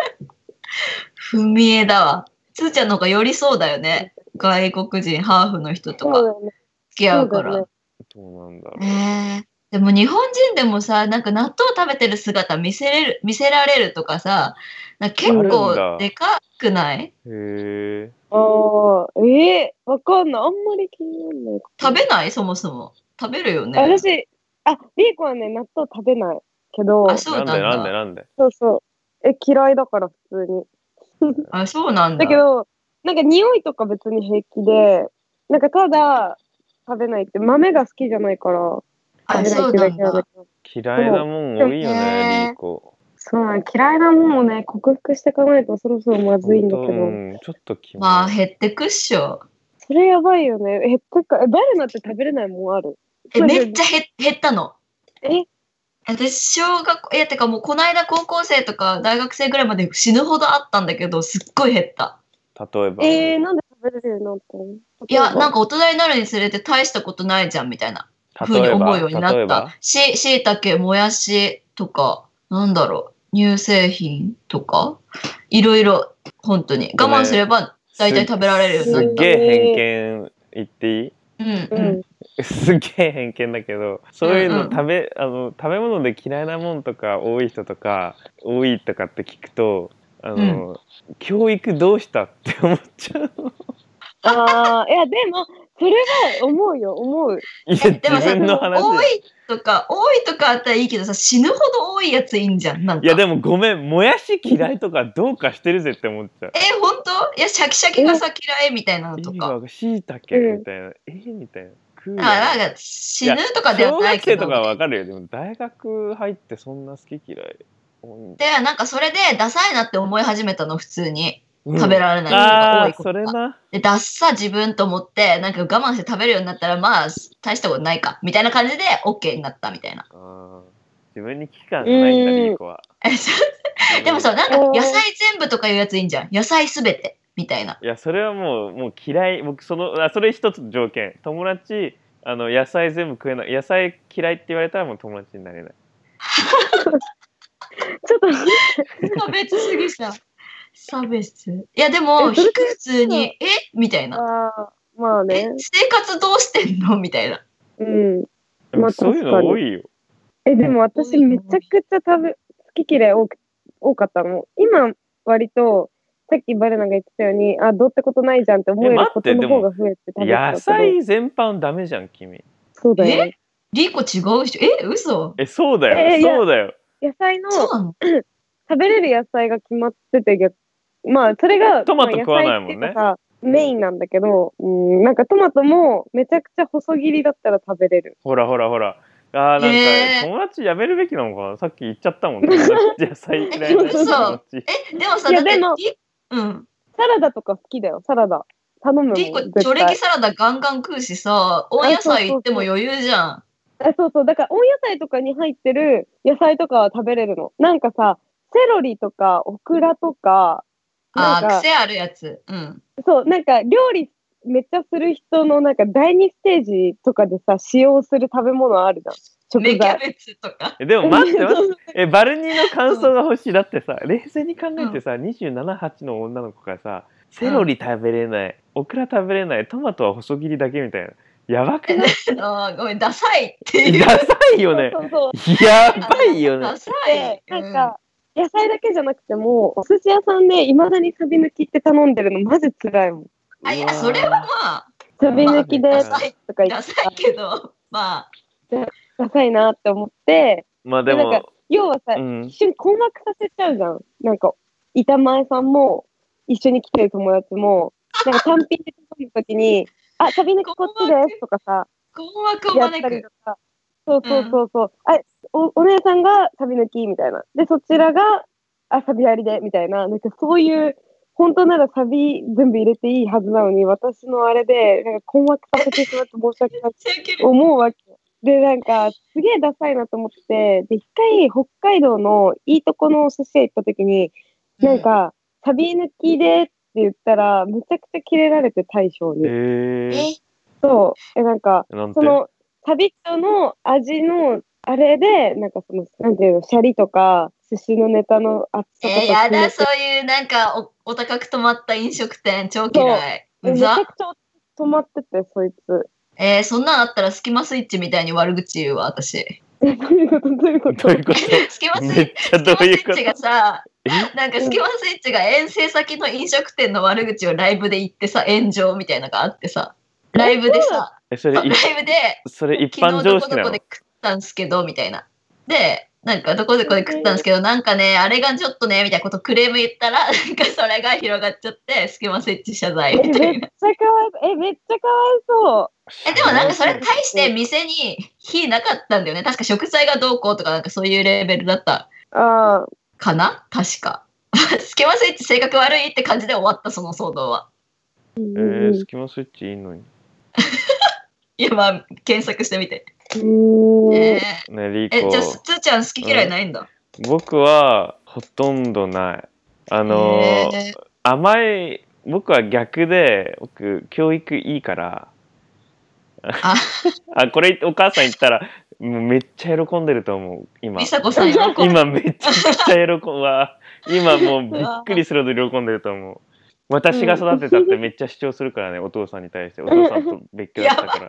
不明だわつーちゃんの方が寄りそうだよね外国人ハーフの人とか
そう
付
だよ
き合
ね
うから
そうだね
そうなんだろう
ねえでも日本人でもさなんか納豆食べてる姿見せれる見せられるとかさなんか結
あるんだ
構でかくない
へえ。
ああ、えー、わかんない。あんまり気にならない。
食べないそもそも食べるよね
私、あ、リーコはね、納豆食べないけど、
あ
そ
そう
な
なんん
で
だ
なんでなんで。
うそう。え、嫌いだから、普通に。
あそうなんだ
だけど、なんか匂いとか別に平気で、なんかただ食べないって、豆が好きじゃないから、食
あ
べない
そ
っ
う
て
な
だ
ん
けなんだ
だ
けど。
嫌いなもん多いよ
へ
ね
ー、
リーコ。
そうなん嫌いなもんをね、克服していかないとそろそろまずいんだけ
ほんとう
ど、
んちょっと気
まあ減ってくっしょ
それやばいよね。え、とか、えバルナって食べれないもんある
えめっちゃ減減ったの
え
私小学校いやてかもうこの間高校生とか大学生ぐらいまで死ぬほどあったんだけどすっごい減った
例えば。
えー、なんで食べれるようになったの
いやなん
か、
か大人になるにつれて大したことないじゃんみたいなふうに
例えば
思うようにな
例え
っ
ば
た。し、しいたけ、もやしとか、なんだろう、乳製品とか、いろいろ、本当に。
ごめん
我慢すれば大体食べられるよう
す
にな
っ
っ
げえ偏見言っていい？
た。うん、
う
うんん。。
すっげえ偏見だけどそういうの
うんうん
食べ、あの食べ物で嫌いなもんとか多い人とか多いとかって聞くとあの、教育どうしたって思っちゃう
ああ、いや、でも、それは思うよ、思う。
いや
えでも
自
さ、
分の話
多いとか、多いとかあったらいいけどさ、死ぬほど多いやついいんじゃん。なんか。
いやでもごめんもやし嫌いとかどうかしてるぜって思っちゃう
え、本当いや、シャキシャキがさ、嫌いみたいなのとか。
しいたけみたいな、えーみたいな食う
あ
よ
なんか死ぬとかではないけど。
小学生とかはわかるよでも大学入ってそんな好き嫌い、うん
で、なんかそれでダサいなって思い始めたの、普通に。食べられない人が
あ
多
あ
い
ー
こと
そ
が
れな
で、ダッサ自分と思って、なんか我慢して食べるようになったら、まあ、大したことないか、みたいな感じで OK になったみたいな。
うん自分に危機感がないんだ
うん
リーコは
えそう でもさ、なんか
おー
野菜全部とかいうやついいんじゃん。野菜すべて、みたいな。
いやそれはもうもう嫌い僕そのあそれ一つ条件友達あの野菜全部食えない野菜嫌いって言われたらもう友達になれない
ちょっと、
差別すぎさ。差別。いや、でも、
えそれ
普
って
通に、えみたいな。
あーまあ
え、
ね。
生活どうしてんのみたいな。
うん。
でも
まあ
そういう
確か
の
に
多いよ
え、でも私、めちゃくちゃ食べ、好き嫌い多く多かったの。今、割と、さっきバレナが言ってたように、あ、どうってことないじゃんって思え
え待
る
って
ことの方が増えて食べてたけど
野菜全般ダメじゃん君
そうだよ。
リコ違う人。え、嘘
えそうだよ、
えいや
そうだよ
野菜の、
そう
食
なの
べれる野菜が決まってて、逆まあ、それが、
トマト
まあ
食わないもんね
野菜ってうかさメインなんだけど、うん、なんかトマトもめちゃくちゃ細切りだったら食べれる。
ほらほらほらあーなんか、
えー
友達やめるべきなのかなさっき言っちゃったもんね野菜嫌いな人友達
え、でもさ、だ
いや
って
でも
リ、うん。
サラダとか好きだよ、サラダ。頼むもん
リコ、
絶
チ
対
ョレギサラダガンガン食うしさ、温野菜行っても余裕じゃん。
あそうそう。だから、温野菜とかに入ってる野菜とかは食べれるの。なんかさ、セロリとか、オクラとか、
あ
なん
あ、
か
癖あるやつ。うん。
そう、なんか料理めっちゃする人のなんか第二ステージとかでさ、使用する食べ物あるじゃん。食
芽キャ
材。
ベツとか。
えでも 待って待ってえバルニーの感想が欲しいだってさ冷静に考えてさ278の女の子がさセロリ食べれないオクラ食べれないトマトは細切りだけみたいなやばくない
あーごめん、ダサいって いう。
ダサいよね
そうそう
やばいよね
ダサい
で。、
う
なんか、野菜だけじゃなくても、お寿司屋さんでいまだにサビ抜きって頼んでるのマジ辛いもん。
あいや、それはまあ、
サビ抜き
ま
ダ
で
あね
サい、
とか言
ダ
って
サいけど、まあ、
ダサいなって思って、
まあで
なん
も
か要はさ
う、ん
一緒に困惑させちゃうじゃん。なんか、板前さんも、一緒に来てる友達も、なんか単品で頼むときに、あ、サビ抜きこっちですとかさ、
困惑を
やった
招
り
く。
とか。そうそうそうそう。あおお姉さんがサビ抜きみたいな。で、そちらがあサビありでみたいな。なんかそういう、本当ならサビ全部入れていいはずなのに、私のあれで、なんか困惑させてしまって申し訳ない
めっちゃウケる
思うわけ。で、なんか、すげえダサいなと思って、で、一回、北海道のいいとこのお寿司屋行った時に、なん、か、サビ抜きでって言ったら、めちゃくちゃキレられて、大将
え
に。
ー、
え、
そう。え、なんか、
なんて
そのサビットの味のあれで、なんかその、なんていうの、シャリとか、寿司のネタの厚さ
え
とか
ー、やだ、
そ
そういうなんかおお高く泊まった飲食店、超嫌い。
め
う
ちゃ
ざ。
くちゃ止まってて、そいつ。
えー、そんなんあったらスキマスイッチみたいに悪口言うわ、私。
え、どういうことどういう こ
ど
と
ういうこと
スキマスイッ
めっ
チ。
ちゃどういうこ
スキマスイッチが
と
さ、なんかスキマスイッチが遠征先の飲食店の悪口をライブで言ってさ、炎上みたいなのがあってさ、ライブでさ、
えそ
ラ
れ
イ
い
ブで、
それ一
昨
般
日
常
どこ
識
ど
な
こ
の
で食ったんすけど、みたいな。で、なんかどこどこで食ったんですけど、なんかね、あれがちょっとね、みたいなことクレーム言ったら、なんかそれが広がっちゃって、スキマスイッチ謝罪
え、め
み
ったちゃ
いな。
かわいそう。え、めっちゃかわいそう。
え、でもなんかそれに対して店に火なかったんだよね。確か食材がどうこうとかなんかそういうレベルだった
あ
かな確か。 スキマスイッチ性格悪いって感じで終わった、その騒動は。
ーうん
え
うん
ー、スキマスイッチいいのに
いや、まあ、検索してみて。
うん
えー
ねリー
え、
コ
じゃあ、すーちゃん好き嫌いないんだ。
僕はほとんどないあのー
えー
甘い僕は逆で僕教育いいから
あ、
あこれお母さん言ったらもうめっちゃ喜んでると思う今
美佐子さん喜んでる
今めちゃくちゃ喜んわ今もうびっくりするほど喜んでると思う私が育てたってめっちゃ主張するからねお父さんに対してお父さんと別居だった から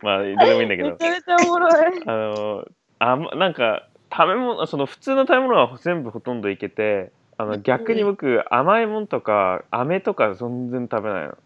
まあどうでもいいんだけ
め
ど
ちゃめちゃおもろい。
あのあんまなんか食べ物その普通の食べ物は全部ほとんどいけてあの逆に僕甘いもんとか飴とか全然食べないの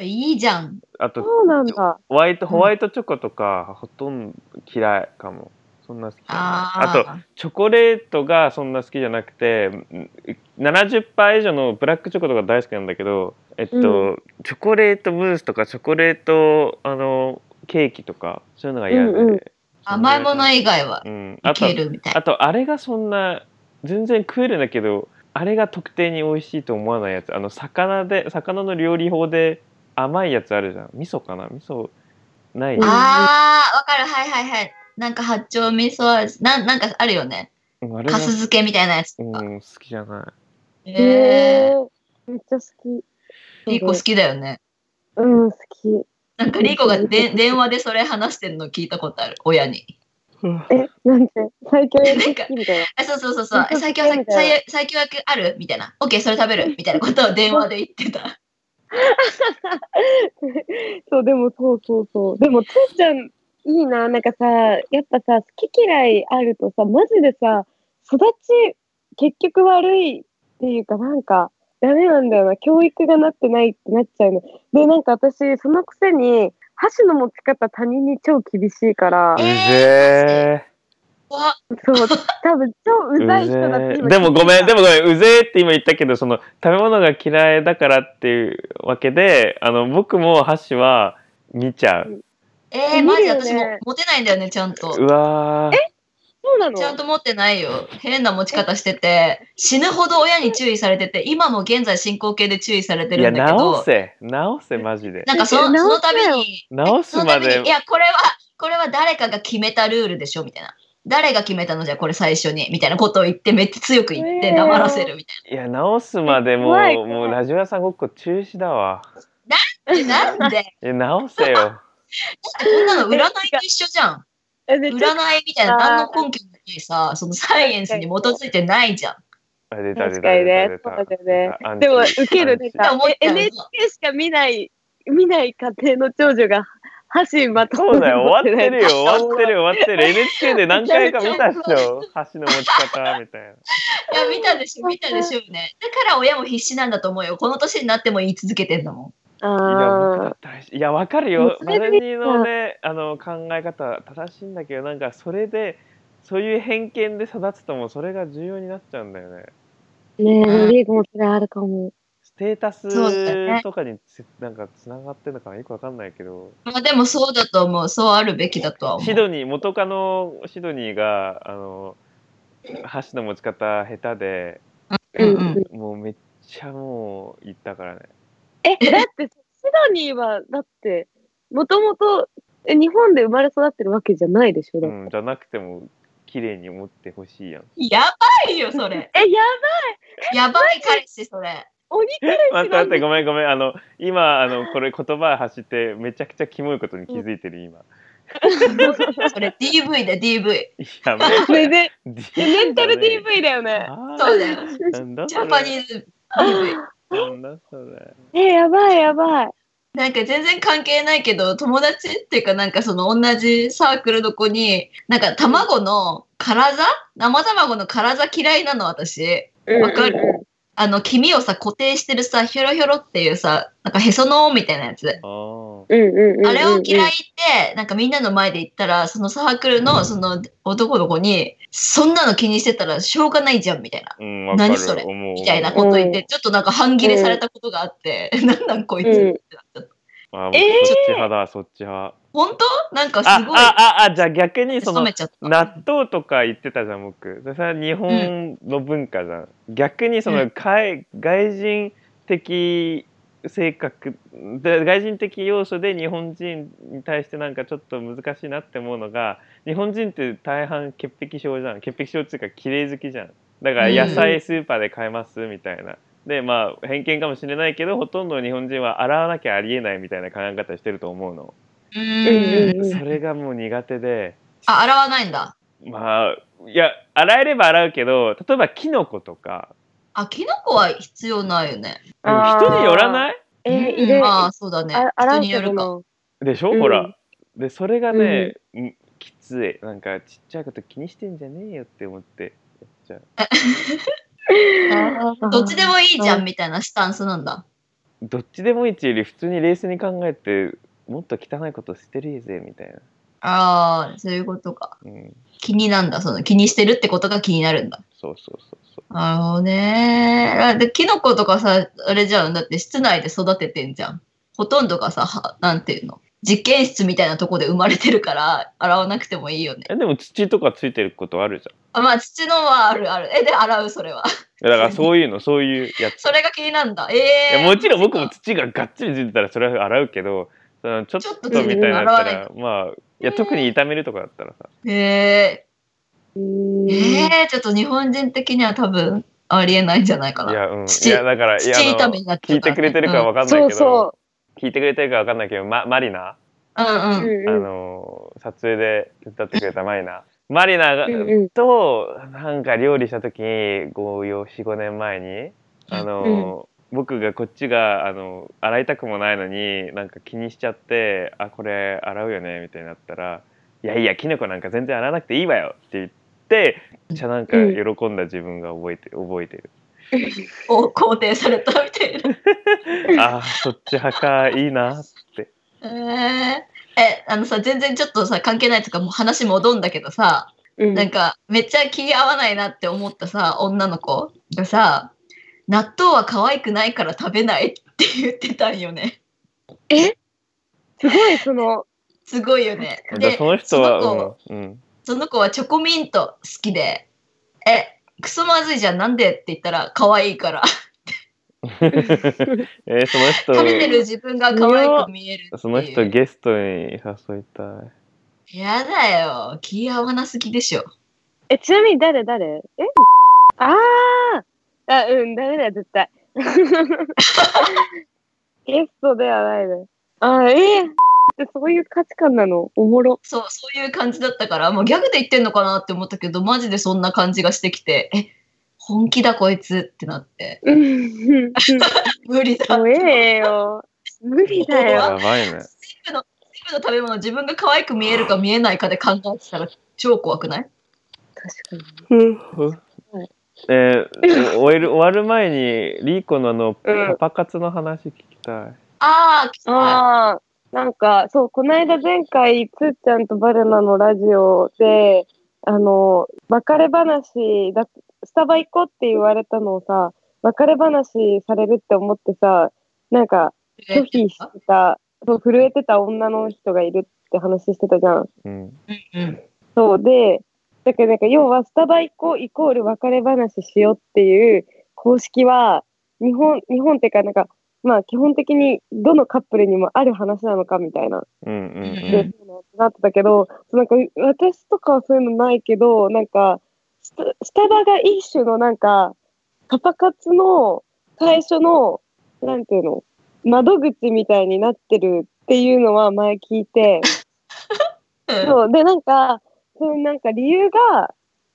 いいじゃん。
あ と
そうなんだ。
ホワイトホワイトチョコとかほとんど嫌いかもそんな好きじゃないあと
あ
チョコレートがそんな好きじゃなくてうん70%以上のブラックチョコとか大好きなんだけどえっと、
う
チョコレートムースとかチョコレートあのケーキとかそういうのが嫌で、
うんうん
あ、甘いもの以外は
うん、あ
い
と
けるみたい
あ
な。
とあれがそんな全然食えるんだけどあれが特定に美味しいと思わないやつあの魚で魚の料理法で甘いやつあるじゃん味噌かな味噌ない
うん
あー、わかる。はいはいはい。なんか八丁味噌味。なんなんかあるよね。
うんあれが
かす漬けみたいなやつ
う
とか。
ん好きじゃない
え
ーめっちゃ好
ー、リーコ好きだよね。
き。うん、好き。
なんかリーコがで電話でそれ話してるの聞いたことある。親に。
え、なんて、最強やり好きみたいな。
あそうそうそうそう。
うん
最強は
みたいな
最最強役あるみたいな。オッケー、それ食べるみたいなことを電話で言ってた。
そう、でもそうそうそう。でも、つーちゃん、いいな。なんかさ、やっぱさ、好き嫌いあるとさ、マジでさ、育ち、結局悪いっていうか、なんか、ダメなんだよな。教育がなってないってなっちゃうの。で、なんか私、そのくせに、箸の持ち方他人に超厳しいから
え、
ぜ
わ
そう、多分超うざい人だって
うぜ
今
ーでもごめんで
も。
もごめんうぜーって今言ったけどその食べ物が嫌いだからっていうわけであの僕も箸は見ちゃう
え
え
ー、マジで
見るよ
私
ね
も持てないんだよね、ちゃんと。
うわー
そうなの
ちゃんと持ってないよ。変な持ち方してて、死ぬほど親に注意されてて、今も現在進行形で注意されて
い
る
や
んだけ
直
ど、
せ直せマジで
なんかそ
え
のその
直
た
せよ
めに、
直す
そのた
ま
めに、い
で
や、これは、これは誰かが決めたルールでしょみたいな。誰が決めたのじゃ、これ最初に、みたいなことを言って、めっちゃ強く言って、
えー
黙らせるみた
いや直すまでも
怖いう怖い
もうラジオ屋さんごっこ中止だわ
いな。なんで、
いや直せよ
こんなの占いと一緒じゃん。
え、で
占い
ちょっ
みたいな何の根拠もないさ、そのサイエンスに基づいてないじゃん。
あ出た出
確
た
かにねそ
出。
う
た
だ
出
よね
た。
でも、
アンチ
受けるね。
ア
さ
ンチ
え NHK しか見ない、見ない家庭の長女が、箸まとも
そうだよ、終わってるよ、
持
終わってる、終わってる。NHK で何回か見たっし
めちゃめちゃ
ょ、箸の持ち方みたいな。
いや、見たでしょ、見たでしょうね。だから親も必死なんだと思うよ。この年になっても言い続けてんだもん。
いや僕
あ
だ大事いや、わかるよ。
そ
マ
れで
ルニーのね、あの考え方は正しいんだけど、なんかそれで、そういう偏見で育つともうそれが重要になっちゃうんだよね。
ーねえ、リーグもそれあるかも。
ステータ
そうだよ
ス
ね
とかにつ、なんかつながってるのかなよくわかんないけど。
まあでもそうだと思う。そうあるべきだとは思
シ
う。
ドニー元カノシドニーがあの箸の持ち方下手で
うんう
うん
ん。
もうめっちゃもう言ったからね
え、だって、シドニーは、だって、もともと、え日本で生まれ育ってるわけじゃないでしょ、だ
う
って
んじゃなくても綺麗に持ってほしいや ん
やばいよ、それ。
え、やば
やばい彼氏、それ。
鬼彼氏なん
待って
だ
待ってごめんごめんあの今あのこれ言葉走ってめちゃくちゃキモいことに気づいてる 今
それ DV だ、DV。
やめ
それで、メンタル
DV
DV だよね。
そうだよ。
なんだ
ジ
そ
ャパニ
れ
ーズ DV。
なんだそれ
え、やばいやばい。
なんか全然関係ないけど、友達っていうかなんかその同じサークルの子に、なんか卵の殻座生卵の殻座嫌いなの、私。わかるあの、黄身をさ、固定してるさ、ひょろひょろっていうさ、なんかへその緒みたいなやつ。
あー
うんうんうんうんうん。
あれを嫌いって、なんかみんなの前で言ったら、そのサークルのその男の子に、そんなの気にしてたらしょうがないじゃん、みたいな。
うんわかる
何それ
思う思う
みたいなこと言って、ちょっとなんか半切れされたことがあって、なんなんこいつってなっちゃった。
あー
えー
そっち派だそっち派
本当なんか
あ
すごい、
あああじゃあ逆にそ
染
の
めちゃった。
納豆とか言ってたじゃん僕それは日本の文化じゃん、逆にその外外人的性格で外人的要素で日本人に対してなんかちょっと難しいなって思うのが日本人って大半潔癖症じゃん潔癖症っていうか綺麗好きじゃんだから野菜スーパーで買えますみたいな、でまあ偏見かもしれないけどほとんど日本人は洗わなきゃありえないみたいな考え方してると思うの、
う
う
ん
んうんうん。
それがもう苦手で
あ、洗わないんだ。
まあいや洗えれば洗うけど例えばキノコとか
あ、キノコは必要ないよね。
でも
あー
人によらない
えー、
う
入
ん
れ、
まあ、そうだね
あ。洗
人
う
に
け
よ
ど
るか。
な。
でしょ、
うん
ほらでそれがね、うんきついなんかちっちゃいこと気にしてんじゃねえよって思ってやっちゃう
あー
どっちでもいいじゃんみたいなスタンスなんだ。
どっちでもいいちより普通に冷静に考えてもっと汚いことしてるぜみたいな、
ああ、そういうことか。
うん、
気になんだ。その気にしてるってことが気になるんだ。
そうそうそうそう
なるほどねあで。キノコとかさ、あれじゃん。だって室内で育ててんじゃん。ほとんどがさ、はなんていうの。実験室みたいなとこで生まれてるから、洗わなくてもいいよね。
えでも土とかついてることあるじゃ
あ
ん
まあ、土のはあるある。え、で、洗う、それは。
いやだからそういうのそういうやつ
それが気になるんだ。え
いや
えー。
もちろん僕も土ががっちりついてたらそれは洗うけどそのちょっ
ちょっ
と
と
みたいになったら
洗わ
まあいや特に炒めるとかだったらさ
ええー。
うーん
ええちょっと日本人的には多分ありえないんじゃないか
い
な。
や、うん、
土
いやだからい
土
やあ
炒
の
めになっちゃ
聞
う
いて
からね
くれてるかわかんないけ
そ
ど、
うそ
聞いてくれてるかわかんないけど、ま、マリナ、
うんうん。
う。うん
あ
うん
の撮影で手伝ってくれたマリナマリナが
うんうん
となんか料理した時に45年前にあの、僕がこっちがあの洗いたくもないのになんか気にしちゃって「あこれ洗うよね」みたいになったら「いやいやキノコなんか全然洗わなくていいわよ」って言ってめっちゃなんか喜んだ自分が覚えて覚えてる。
を肯定されたみたいな。
あーそっち派かいいなって。
えええ、あのさ、全然ちょっとさ、関係ないとか、もう話戻んだけどさ、
うん
なんか、めっちゃ気合わないなって思ったさ、女の子がさ、納豆は可愛くないから食べないって言ってたんよね。
すごい、その、
すごいよね。
でその人は
その子
うんうん
その子はチョコミント好きで、え、クソまずいじゃん、なんでって言ったら、可愛いから。
えーその人
食べてる自分が可愛く見えるっていう。
その人ゲストに誘いたい。
やだよ。気合わなすぎでしょ。
え、ちなみに誰誰えあーあ、うん、ダメだよ、絶対。 ゲストではないで。あー、えーでそういう価値観なのおもろ
そう、そういう感じだったから、もうギャグで言ってんのかなって思ったけど、マジでそんな感じがしてきて、え、本気だこいつってなって、
うんうん
無理だ。
怖えよ無理だよ
やばいね。
全部の食べ物、自分が可愛く見えるか見えないかで考えてたら超怖くない
確か
うんえ ー、終える終わる前にリーコのあの
うん
パパ活の話聞きたい。
あ
に
あ、
ああなんかそうこの間前回つーちゃんとバルナのラジオであの別れ話だスタバ行こうって言われたのをさ別れ話されるって思ってさなんか拒否してたそう震えてた女の人がいるって話してたじゃん
うん。
うん
そうで、だからなんか要はスタバ行こうイコール別れ話しようっていう公式は、日本、日本っていうかなんか、まあ基本的にどのカップルにもある話なのかみたいな、
うんうん
う
でそういうのなってたけど、そうなんか私とかはそういうのないけど、なんかスタ、スタバが一種のなんか、パパ活の最初の、なんていうの、窓口みたいになってるっていうのは前聞いて、
うん。
そう。で、なんか、そのなんか理由が、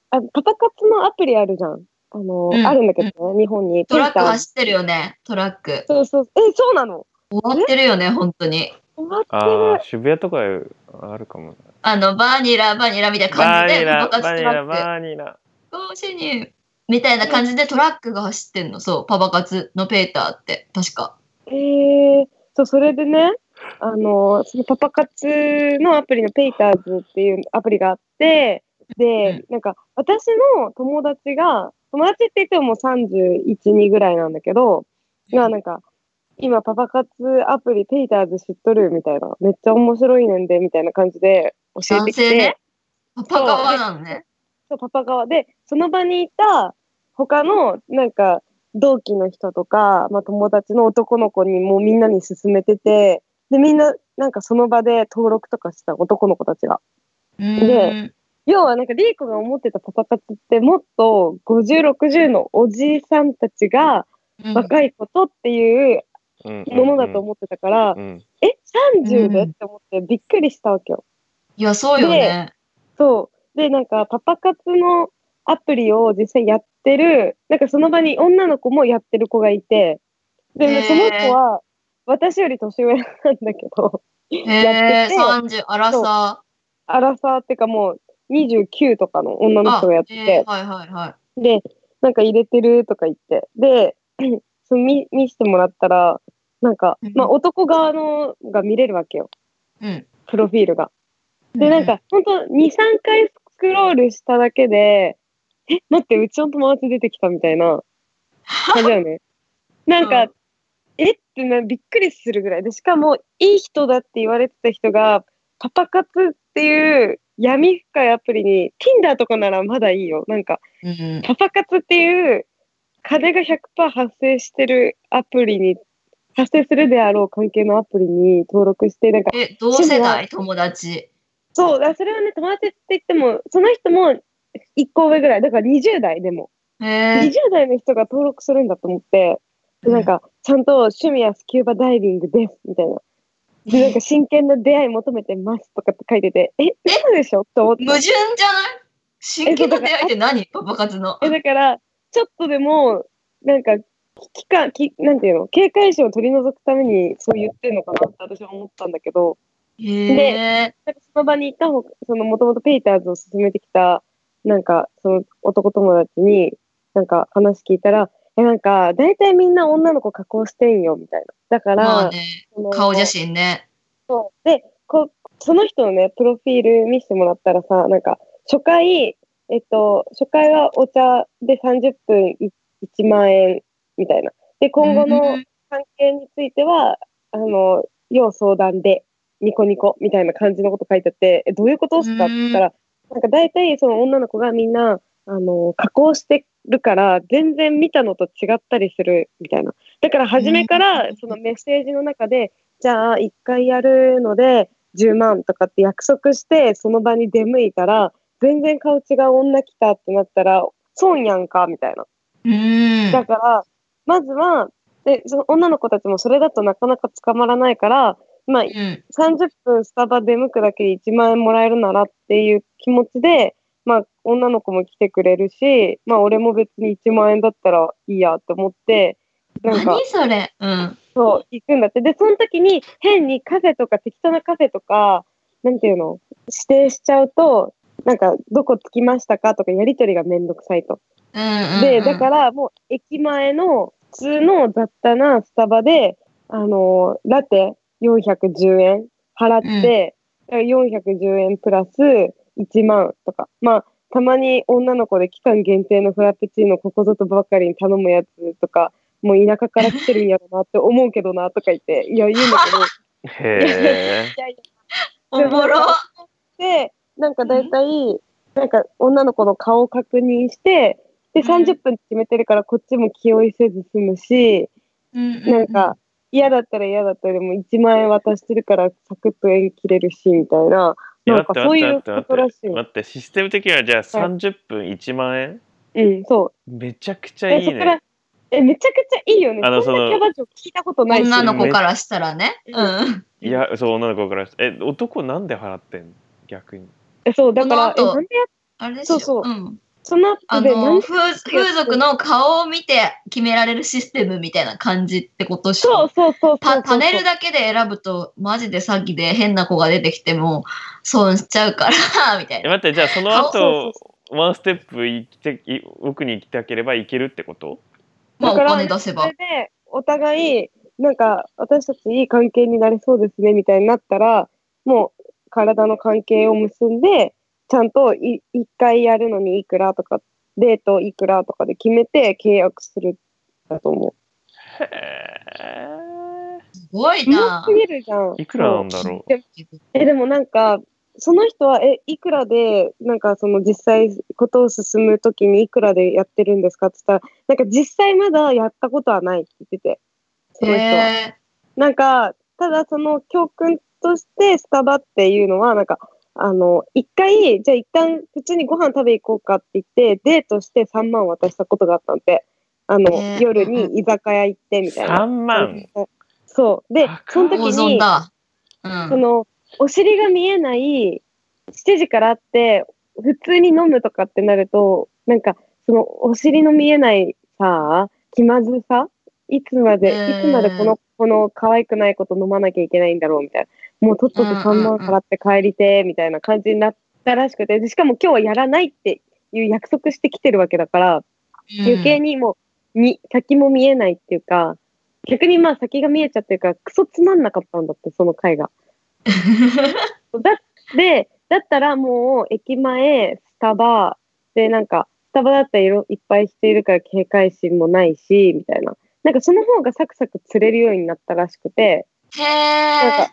あパパ活のアプリあるじゃん。あの、
うん
あるんだけどね、日本に。
トラック
ピンタ
走ってるよね、トラック。
そうそう。え、そうなの
終わってるよね、本当に。
終わって
あ
る
あ。渋谷とかあるかもね。
あの、バニラ、バニラみたいな
バ
感じ
ニ
で、
ラ
パパ
バ
活
ニ
ト
ラ
ラック。
バニラ。
同時に、みたいな感じでトラックが走ってんの。そう、パパ活のペーターって、確か。
えー、そう、それでね、あの、そのパパ活のアプリのペイターズっていうアプリがあって、で、なんか、私の友達が、友達って言ってももう31、2ぐらいなんだけど、がなんか、今パパ活アプリペイターズ知っとるみたいな、めっちゃ面白いねんで、みたいな感じで教えて
男
きて、
性ね。パパ側なのね。
そうパパ側で、その場にいた他のなんか同期の人とか、まあ、友達の男の子にもうみんなに勧めてて、で、みんななんかその場で登録とかした男の子たちが。
うん。
要はなんかリーコが思ってたパパ活ってもっと50、60のおじいさんたちが
うん
若いことっていう
うん
ものだと思ってたから、
うん。
え、30で
う
っ
ん
て思ってびっくりしたわけよ。
いや、そうよね。
そう。で、なんか、パパ活のアプリを実際やってる、なんかその場に女の子もやってる子がいて、で、
へー
その子は、私より年上なんだけど、 や
へ
っ
え、
てて
30、あらさ。
アラサーっていうかもう29とかの女の人がやって
へえ
て、
はいはいは
で、なんか入れてるとか言って、で、 その見見してもらったら、なんか
うん、
まあ男側のが見れるわけよ、
い。うん。
プロフィールが。で、なんか、ほんと、2、3回スクロールしただけで、え、待って、うちの友達出てきたみたいな感じだよね。なんか、
うん
えってな、びっくりするぐらいで、しかも、いい人だって言われてた人が、パパ活っていう闇深いアプリに、Tinder とかならまだいいよ。なんか、
うん、うん。
パパ活っていう、金が100%発生してるアプリに、発生するであろう関係のアプリに登録して、なんか、
え、同世代友達。
そう、だからそれはね、友達って言っても、その人も1個上ぐらい、だから20代でも、
へえ
20。代の人が登録するんだと思って、でなんか、ちゃんと趣味はスキューバダイビングです、みたいな。で、なんか、真剣な出会い求めてますとかって書いてて、え、嘘でしょって思って
矛。盾じゃない真剣な出会いって何パパ活の。
え、だから、ちょっとでも、なんか、期間、きなんていうの、警戒心を取り除くためにそう言ってるのかなって私は思ったんだけど、
へえ。
なんかその場にいたほそのもともとペイターズを勧めてきた、なんか、その男友達に、なんか話聞いたら、え、なんか、大体みんな女の子加工してんよ、みたいな。だから、
まあね、
その
顔写真ね。
そうでこ、その人のね、プロフィール見せてもらったらさ、なんか、初回、えっと、初回はお茶で30分い1万円、みたいな。で、今後
うんう
の
ん
関係については、あの、要相談で、ニコニコみたいな感じのこと書いてあって、え、どういうことっすかって言ったら、なんか大体その女の子がみんな、あの、加工してるから、全然見たのと違ったりするみたいな。だから初めから
うん
そのメッセージの中で、じゃあ一回やるので10万とかって約束して、その場に出向いたら、全然顔違う女来たってなったら、損やんか、みたいな。
うん。
だから、まずは、で、その女の子たちもそれだとなかなか捕まらないから、まあ、
うん。
30分スタバ出向くだけで1万円もらえるならっていう気持ちで、まあ、女の子も来てくれるし、まあ、俺も別に1万円だったらいいやって思って、なんか
何、それうん。
そう、行くんだって。で、その時に変にカフェとか適当なカフェとか、なんていうの指定しちゃうと、なんか、どこ着きましたかとか、やりとりがめんどくさいと。
うん、うん。、
で、だかららもう駅前の普通の雑多なスタバで、あのーラテ410円払って、だから410円プラス1万とか。まあ、たまに女の子で期間限定のフラペチーノここぞとばかりに頼むやつとか、もう田舎から来てるんやろなって思うけどなとか言 って、いや、言うんだけど、
へえ。
いやいや
おもろ。
で、なんか大体、なんか女の子の顔を確認して、で、
うん
30分って決めてるからこっちも気負いせず済むし、
うんう
なんか、嫌だったら嫌だったらでも1万円渡してるからサクッと縁切れるし、みたいな。なんかそう いうことらしい。
待って、システム的にはじゃあ30分1万円
うん、そう。
めちゃくちゃ
で
い
そ
い
こから
ね。
え、めちゃくちゃいいよね。
あの
そんな
その
キャバ嬢聞いたことないし。
女の子からしたらね。うん。
いや、そう、女の子からしたえ、男なんで払ってんの逆に。
えそう、だから、え
この後
なんでや
あれですよ。。
そうそうんその
あ
後で、なん
の
で
風、風俗の顔を見て決められるシステムみたいな感じってことっし
そう
ょ
そうそうそうそう。
パパネルだけで選ぶと、マジで詐欺で変な子が出てきても、損しちゃうから、みたい
え、
な。
待って、じゃあその
顔
そう
後、ワンステップ行きてい奥に行きたければ行けるってこと
まあ、お
だから
金出せ
そ
ば
れ。で、お互い、なんか、私たちいい関係になりそうですね、みたいになったら、もう、体の関係を結んで、ちゃんとい一回やるのにいくらとか、デートいくらとかで決めて契約するんだと思。
へえ。
すごいう
重
な
す。ぎるじゃん。
いくらなんだろう
え、でもなんか、その人は、え、いくらで、なんかその実際、ことを進むときにいくらでやってるんですかって言ったら、なんか実際まだやったことはないって言ってて、その人は。
え
なんか、ただその教訓としてスタバっていうのは、なんか、あの、一回、じゃあ一旦普通にご飯食べ行こうかって言って、デートして3万渡したことがあったんで、あの、
えー
夜に居酒屋行ってみたいな。
?3 万。
そう。で、その
ー、
時
大損
に、
だ。うん。
その、お尻が見えない、7時からあって、普通に飲むとかってなると、なんか、その、お尻の見えないさ、気まずさいつまで、
うん
いつまでこの、この可愛くないこと飲まなきゃいけないんだろう、みたいな。もうとっとと3
うんうんうん
万払って帰りて、みたいな感じになったらしくて、でしかも今日はやらないっていう約束してきてるわけだから、余計にもう、み先も見えないっていうか、逆にまあ先が見えちゃってるから、クソつまんなかったんだって、その回が。だで、だったらもう駅前、スタバ、で、なんか、スタバだったらいろいっぱいしているから警戒心もないし、みたいな。なんかその方がサクサク釣れるようになったらしくて、
へえ。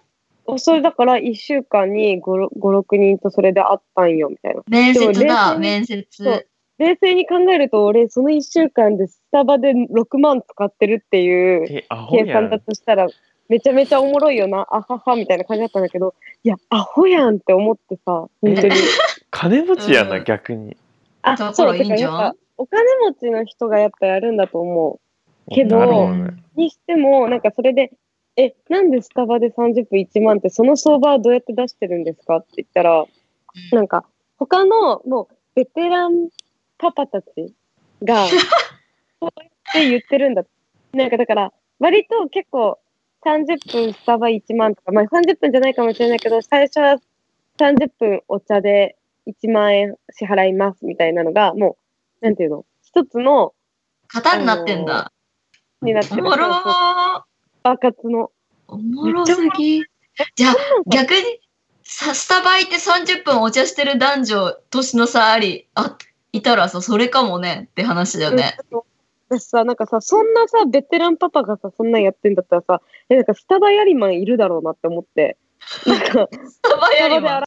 おそれだから1週間に5、6人とそれで会ったんよ、みたいな。
面接
でも冷
だ、
静に
面接。
そう冷静に考えると、俺、その1週間でスタバで6万使ってるっていう。
え、アホ
計
や
算
ん
だ。としたら、めちゃめちゃおもろいよな、あはは、みたいな感じだったんだけど、いや、アホやんって思ってさ、本当に。
金持ちやな、
うん
逆に。
あ、
だか
そ
ら
う、
いいんじゃん
てかやっぱお金持ちの人がやっぱやるんだと思けど
なるほどね
う。にしても、なんかそれで、え、なんでスタバで30分1万って、その相場はどうやって出してるんですかって言ったら、なんか、他の、もう、ベテランパパたちが、そうやって言ってるんだ。なんかだから、割と結構、30分スタバ1万とか、まあ30分じゃないかもしれないけど、最初は30分お茶で1万円支払いますみたいなのが、もう、なんていうの、一つの、
型になってんだ。
になって
お
る。
もろ
そうそう
ー。
爆発の。
おもろすぎ。じゃあ、逆に、さスタバ行って30分お茶してる男女、年の差あり、あ、いたらさ、それかもねって話だよね。
うん私さ、なんかさ、そんなさ、ベテランパパがさ、そんなんやってんだったらさ、え、なんかスタバヤリマンいるだろうなって思って。なんか、
スタバよりも。
洗っ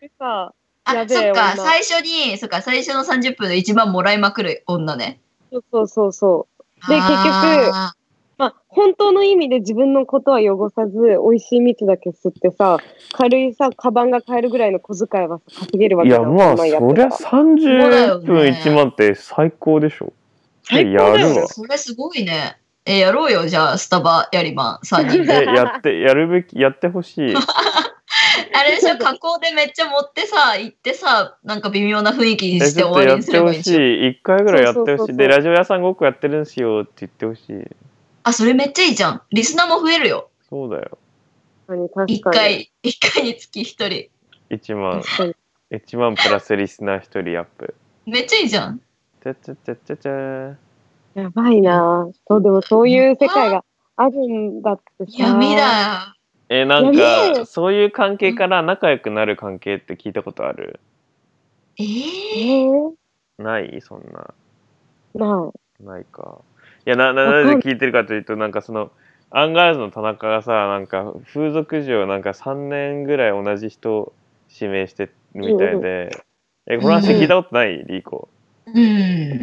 てさ、や
あ、
べえ
そっか、
女
最初に、そっか、最初の30分で一番もらいまくる女ね。
そうそうそうそう。で結局
あ
まあ、本当の意味で自分のことは汚さず、美味しい蜜だけ吸ってさ、軽いさ、カバンが買えるぐらいの小遣いはさ、稼げるわ
い
け
や、まあ、
んなんや
そ
って
り
た
ゃ
ら
30分1万って最高でしょ。
最高だよ
や
ね
る
ー。
わ
それすごいね。え、やろうよ、じゃあ、スタバやりまん、3人で。
えやってやるべきやってほしい
あれでしょ、加工でめっちゃ持ってさ、行ってさ、なんか微妙な雰囲気に
え
し
ち
て
ょっと
終わり
やっ
にす
て
れば
ほ
いい
し
んで
い
しょ。
一回ぐらいやってほしい
そうそうそうそう
でラジオ屋さんごっこやってるんすよって言ってほしい
あ、それめっちゃいいじゃん。リスナーも増えるよ。
そうだよ
確かに。
一。回、一回につき一人。
1 万
確かに。
1万プラスリスナー1人アップ
めっちゃいいじゃん。
ちゃちゃちゃちゃちゃ
やばいなぁそう、でもそういう世界があるんだってさ。
闇。だ
えなん
やめ
か
よ
そういう関係から仲良くなる関係って聞いたことある
よ。えー
えー、
ないそんな
なあ。
ないか。いやなな
わかん
なぜ聞いてるかというとなんかそのアンガールズの田中がさなんか風俗嬢なんか3年ぐらい同じ人を指名してるみたいで、えこの話聞いたことない、リーコ
うん。
え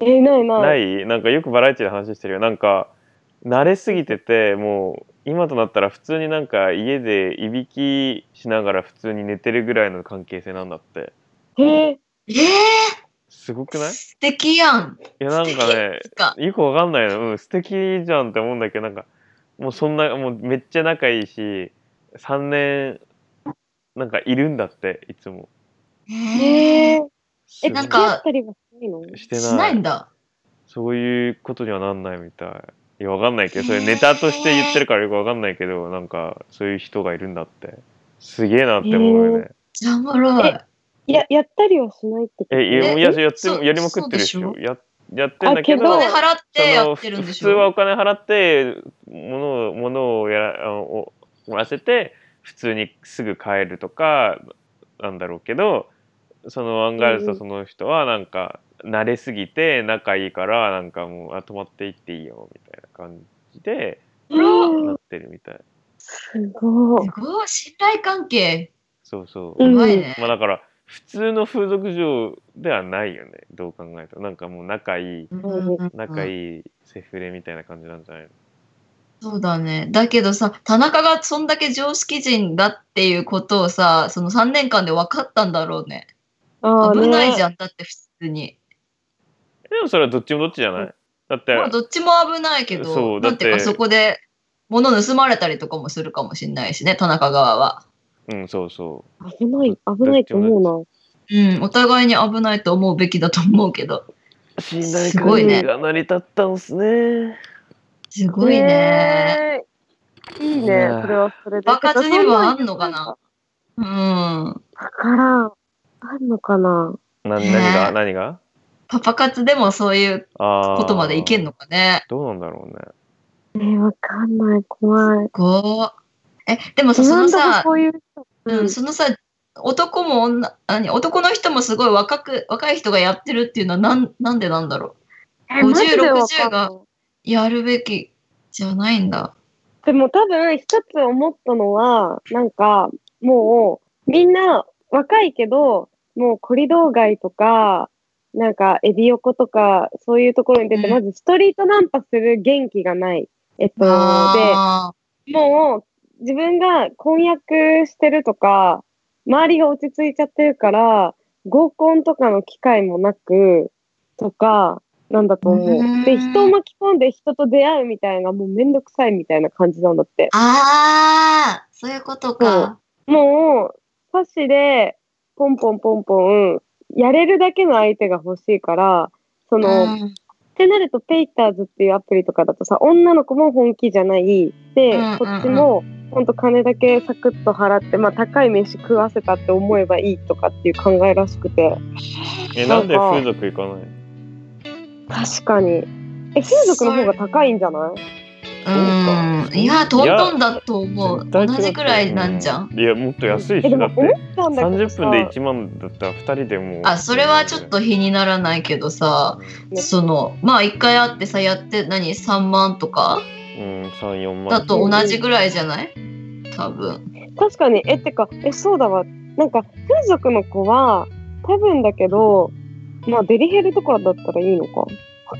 ー、ないない。
ないなんかよくバラエティで話してるよなんか慣れすぎててもう今となったら普通になんか家でいびきしながら普通に寝てるぐらいの関係性なんだって
え
えー、
すごくないい
素敵やん。
やなんかね
つか
よくわかんないの、うん、素敵じゃんって思うんだけどなんかもうそんなもうめっちゃ仲いいし3年なんかいるんだっていつも
ー、
え
えー、え、
すごい
なん
付き
か
合ったりはしないの
して
しな
ない
いんだ。
そういうことにはなんないみたいいやわかんないけどそれネタとして言ってるからよくわかんないけどなんかそういう人がいるんだってすげえなって思うよね
じゃあおもろい。
いや、やったりはしないってこと
えいや
え
いややって
そう
やりまくってるでし
そう
ょ
で
ややってんだけ
あけ
ど
ど
お
ね
金払って
そ
や
の
ってるんでし
ふ普通は
ょ
お金払って物を物をやらあのおもらせて普通にすぐ帰るとかなんだろうけどそのアンガールズとその人はなんか慣れすぎて仲いいからなんかもうあ泊まっていっていいよみたいな感じで
うん
なってるみたい
すごい。
すごい信頼関係。
そうそう
す
ん
ごいね。
まあだから普通の風俗嬢ではないよねどう考えたらなんかもう仲いい
ん
仲
い。
いいセフレみたいな感じなんじゃないの
そうだね。だけどさ、田中がそんだけ常識人だっていうことをさ、その3年間で分かったんだろうね。
あー
危ないじ
ね
ゃん、だって普通に。
でもそれはどっちもどっちじゃないだって
まあどっちも危ないけ
そ
ど、
うだ
な
っ
ん
て
ていうかそこで物盗まれたりとかもするかもしれないしね、田中側は。
うん、そうそ
危ない、危ないと思うな。
うん、お互いに危ないと思うべきだと思うけど。
う。信
頼すごいね関係
が成り立ったんすね。
すごいね。
えー。いい
い
ね
や、ー
それはそれで。
爆発にはあんのかなうん。
だから、あんのかな
な、
ね
何が、何が。
パパ活でもそういう
ああ。
ことまでいけんのかね。
どうなんだろうね。
えー、わかんない、怖い。
こう。え、でもさ、そ
な
の
んだか
さ
こ、ういう人。
うん、そのさ、男も女、何男の人もすごい若く、若い人がやってるっていうのはなん、なんでなんだろう。
えマジでわ
50 60
かんな
が
い
やるべきじゃないんだ。
でも多分一つ思ったのは、なんかもうみんな若いけど、もうコリドー街とか、なんかエビ横とかそういうところに出て、
うん
まずストリートナンパする元気がない。えっと、
あ
で、もう自分が婚約してるとか、周りが落ち着いちゃってるから、合コンとかの機会もなく、とか、なんだと
うー
思
ん
う。で、人を巻き込んで人と出会うみたいな、もうめんどくさいみたいな感じなんだって
ー。あー、そういうことか。
もう、歌詞で、ポンポンポンポン、やれるだけの相手が欲しいから、その、っ
うん
てなると、ペイターズっていうアプリとかだとさ、女の子も本気じゃない。で、
うんうんうん
こっちも、ほんと金だけサクッと払って、まあ、高い飯食わせたって思えばいいとかっていう考えらしくて。
え、
な
なんん
か
で風俗行かない。
確かに。え、風俗の方が高いんじゃない
うんいや、トントンだと思う。
絶
同
対違う
じくらいなんじゃん。
ういや、もっと安い
え、で
し、
も
だ
思
っ。
ってたんだ
三
けど
十
さ
分で一万だったら、二人でもう。
あ、それはちょっと比にならないけどさ、その、まあ一回会ってさ、やって何 ?3 万とか
うん、三四万。
だと同じぐらいじゃない多分。
確かにえってかえそうだわなんか風俗の子は多分だけどまあデリヘルとかだったらいいのかわ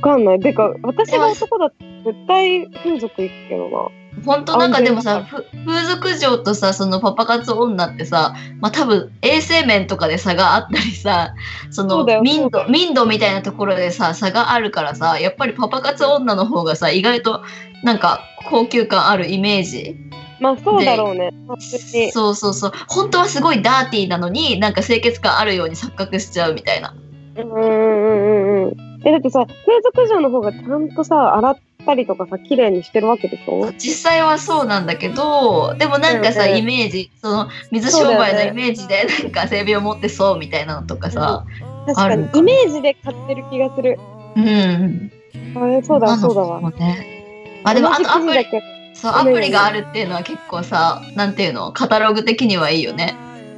かんないでか私が男だったら絶対風俗行くけどな
本当なんか
安
で
全
もさふ風俗嬢とさそのパパ活女ってさまあ多分衛生面とかで差があったりさそ
そ
の
うだよ
民度民度みたいなところでさ差があるからさやっぱりパパ活女の方がさ意外となんか高級感あるイメージ
まあそうだろうね。普通に。
そうそうそう本当はすごいダーティーなのになんか清潔感あるように錯覚しちゃうみたいな
うんうんうんうん。え、だってさ、風俗嬢の方がちゃんとさ、洗ったりとかさ、綺麗にしてるわけでしょ
実際はそうなんだけどでもなんかさ、
うんうん
イメージその水商売
そうだ
の
よね
イメージでなんか性病持ってそうみたいなのとかさ、
確
あ
か
る
に
ん。か
イメージで買ってる気がする。
うん、
あれ、そうだわ、そうだわ。
もね。あでもあとア
同
プ
じ
リ
記事だけ
そう
ご
ア
めん
プリがあるっていうのは結構さなんていうのカタログ的にはいいよね。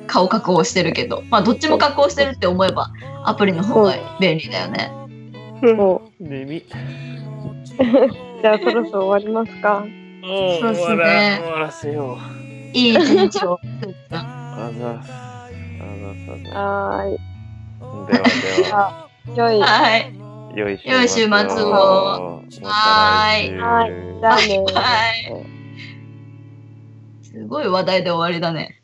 顔加工してるけどまあどっちも加工してるって思えばアプリの方が便利だよね。
どそう
デビ
じゃあそろそろ終わります か。
お
そうっすね
終わら終わらせよう
いい一日を。
あざっすあざっすあざっす
はーい。
ではで は
良い。
はい。
良い週
良い週末を
を
はーい
また来週
じゃあね。
はい。すごい話題で終わりだね。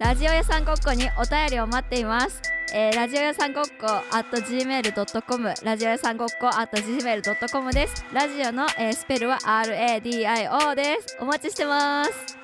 ラジオ屋さんごっこにお便りを待っています。えーラジオ屋さんごっこ at gmail.com ラジオ屋さんごっこ at gmail.com です。ラジオの、えースペルは RADIO です。お待ちしてます。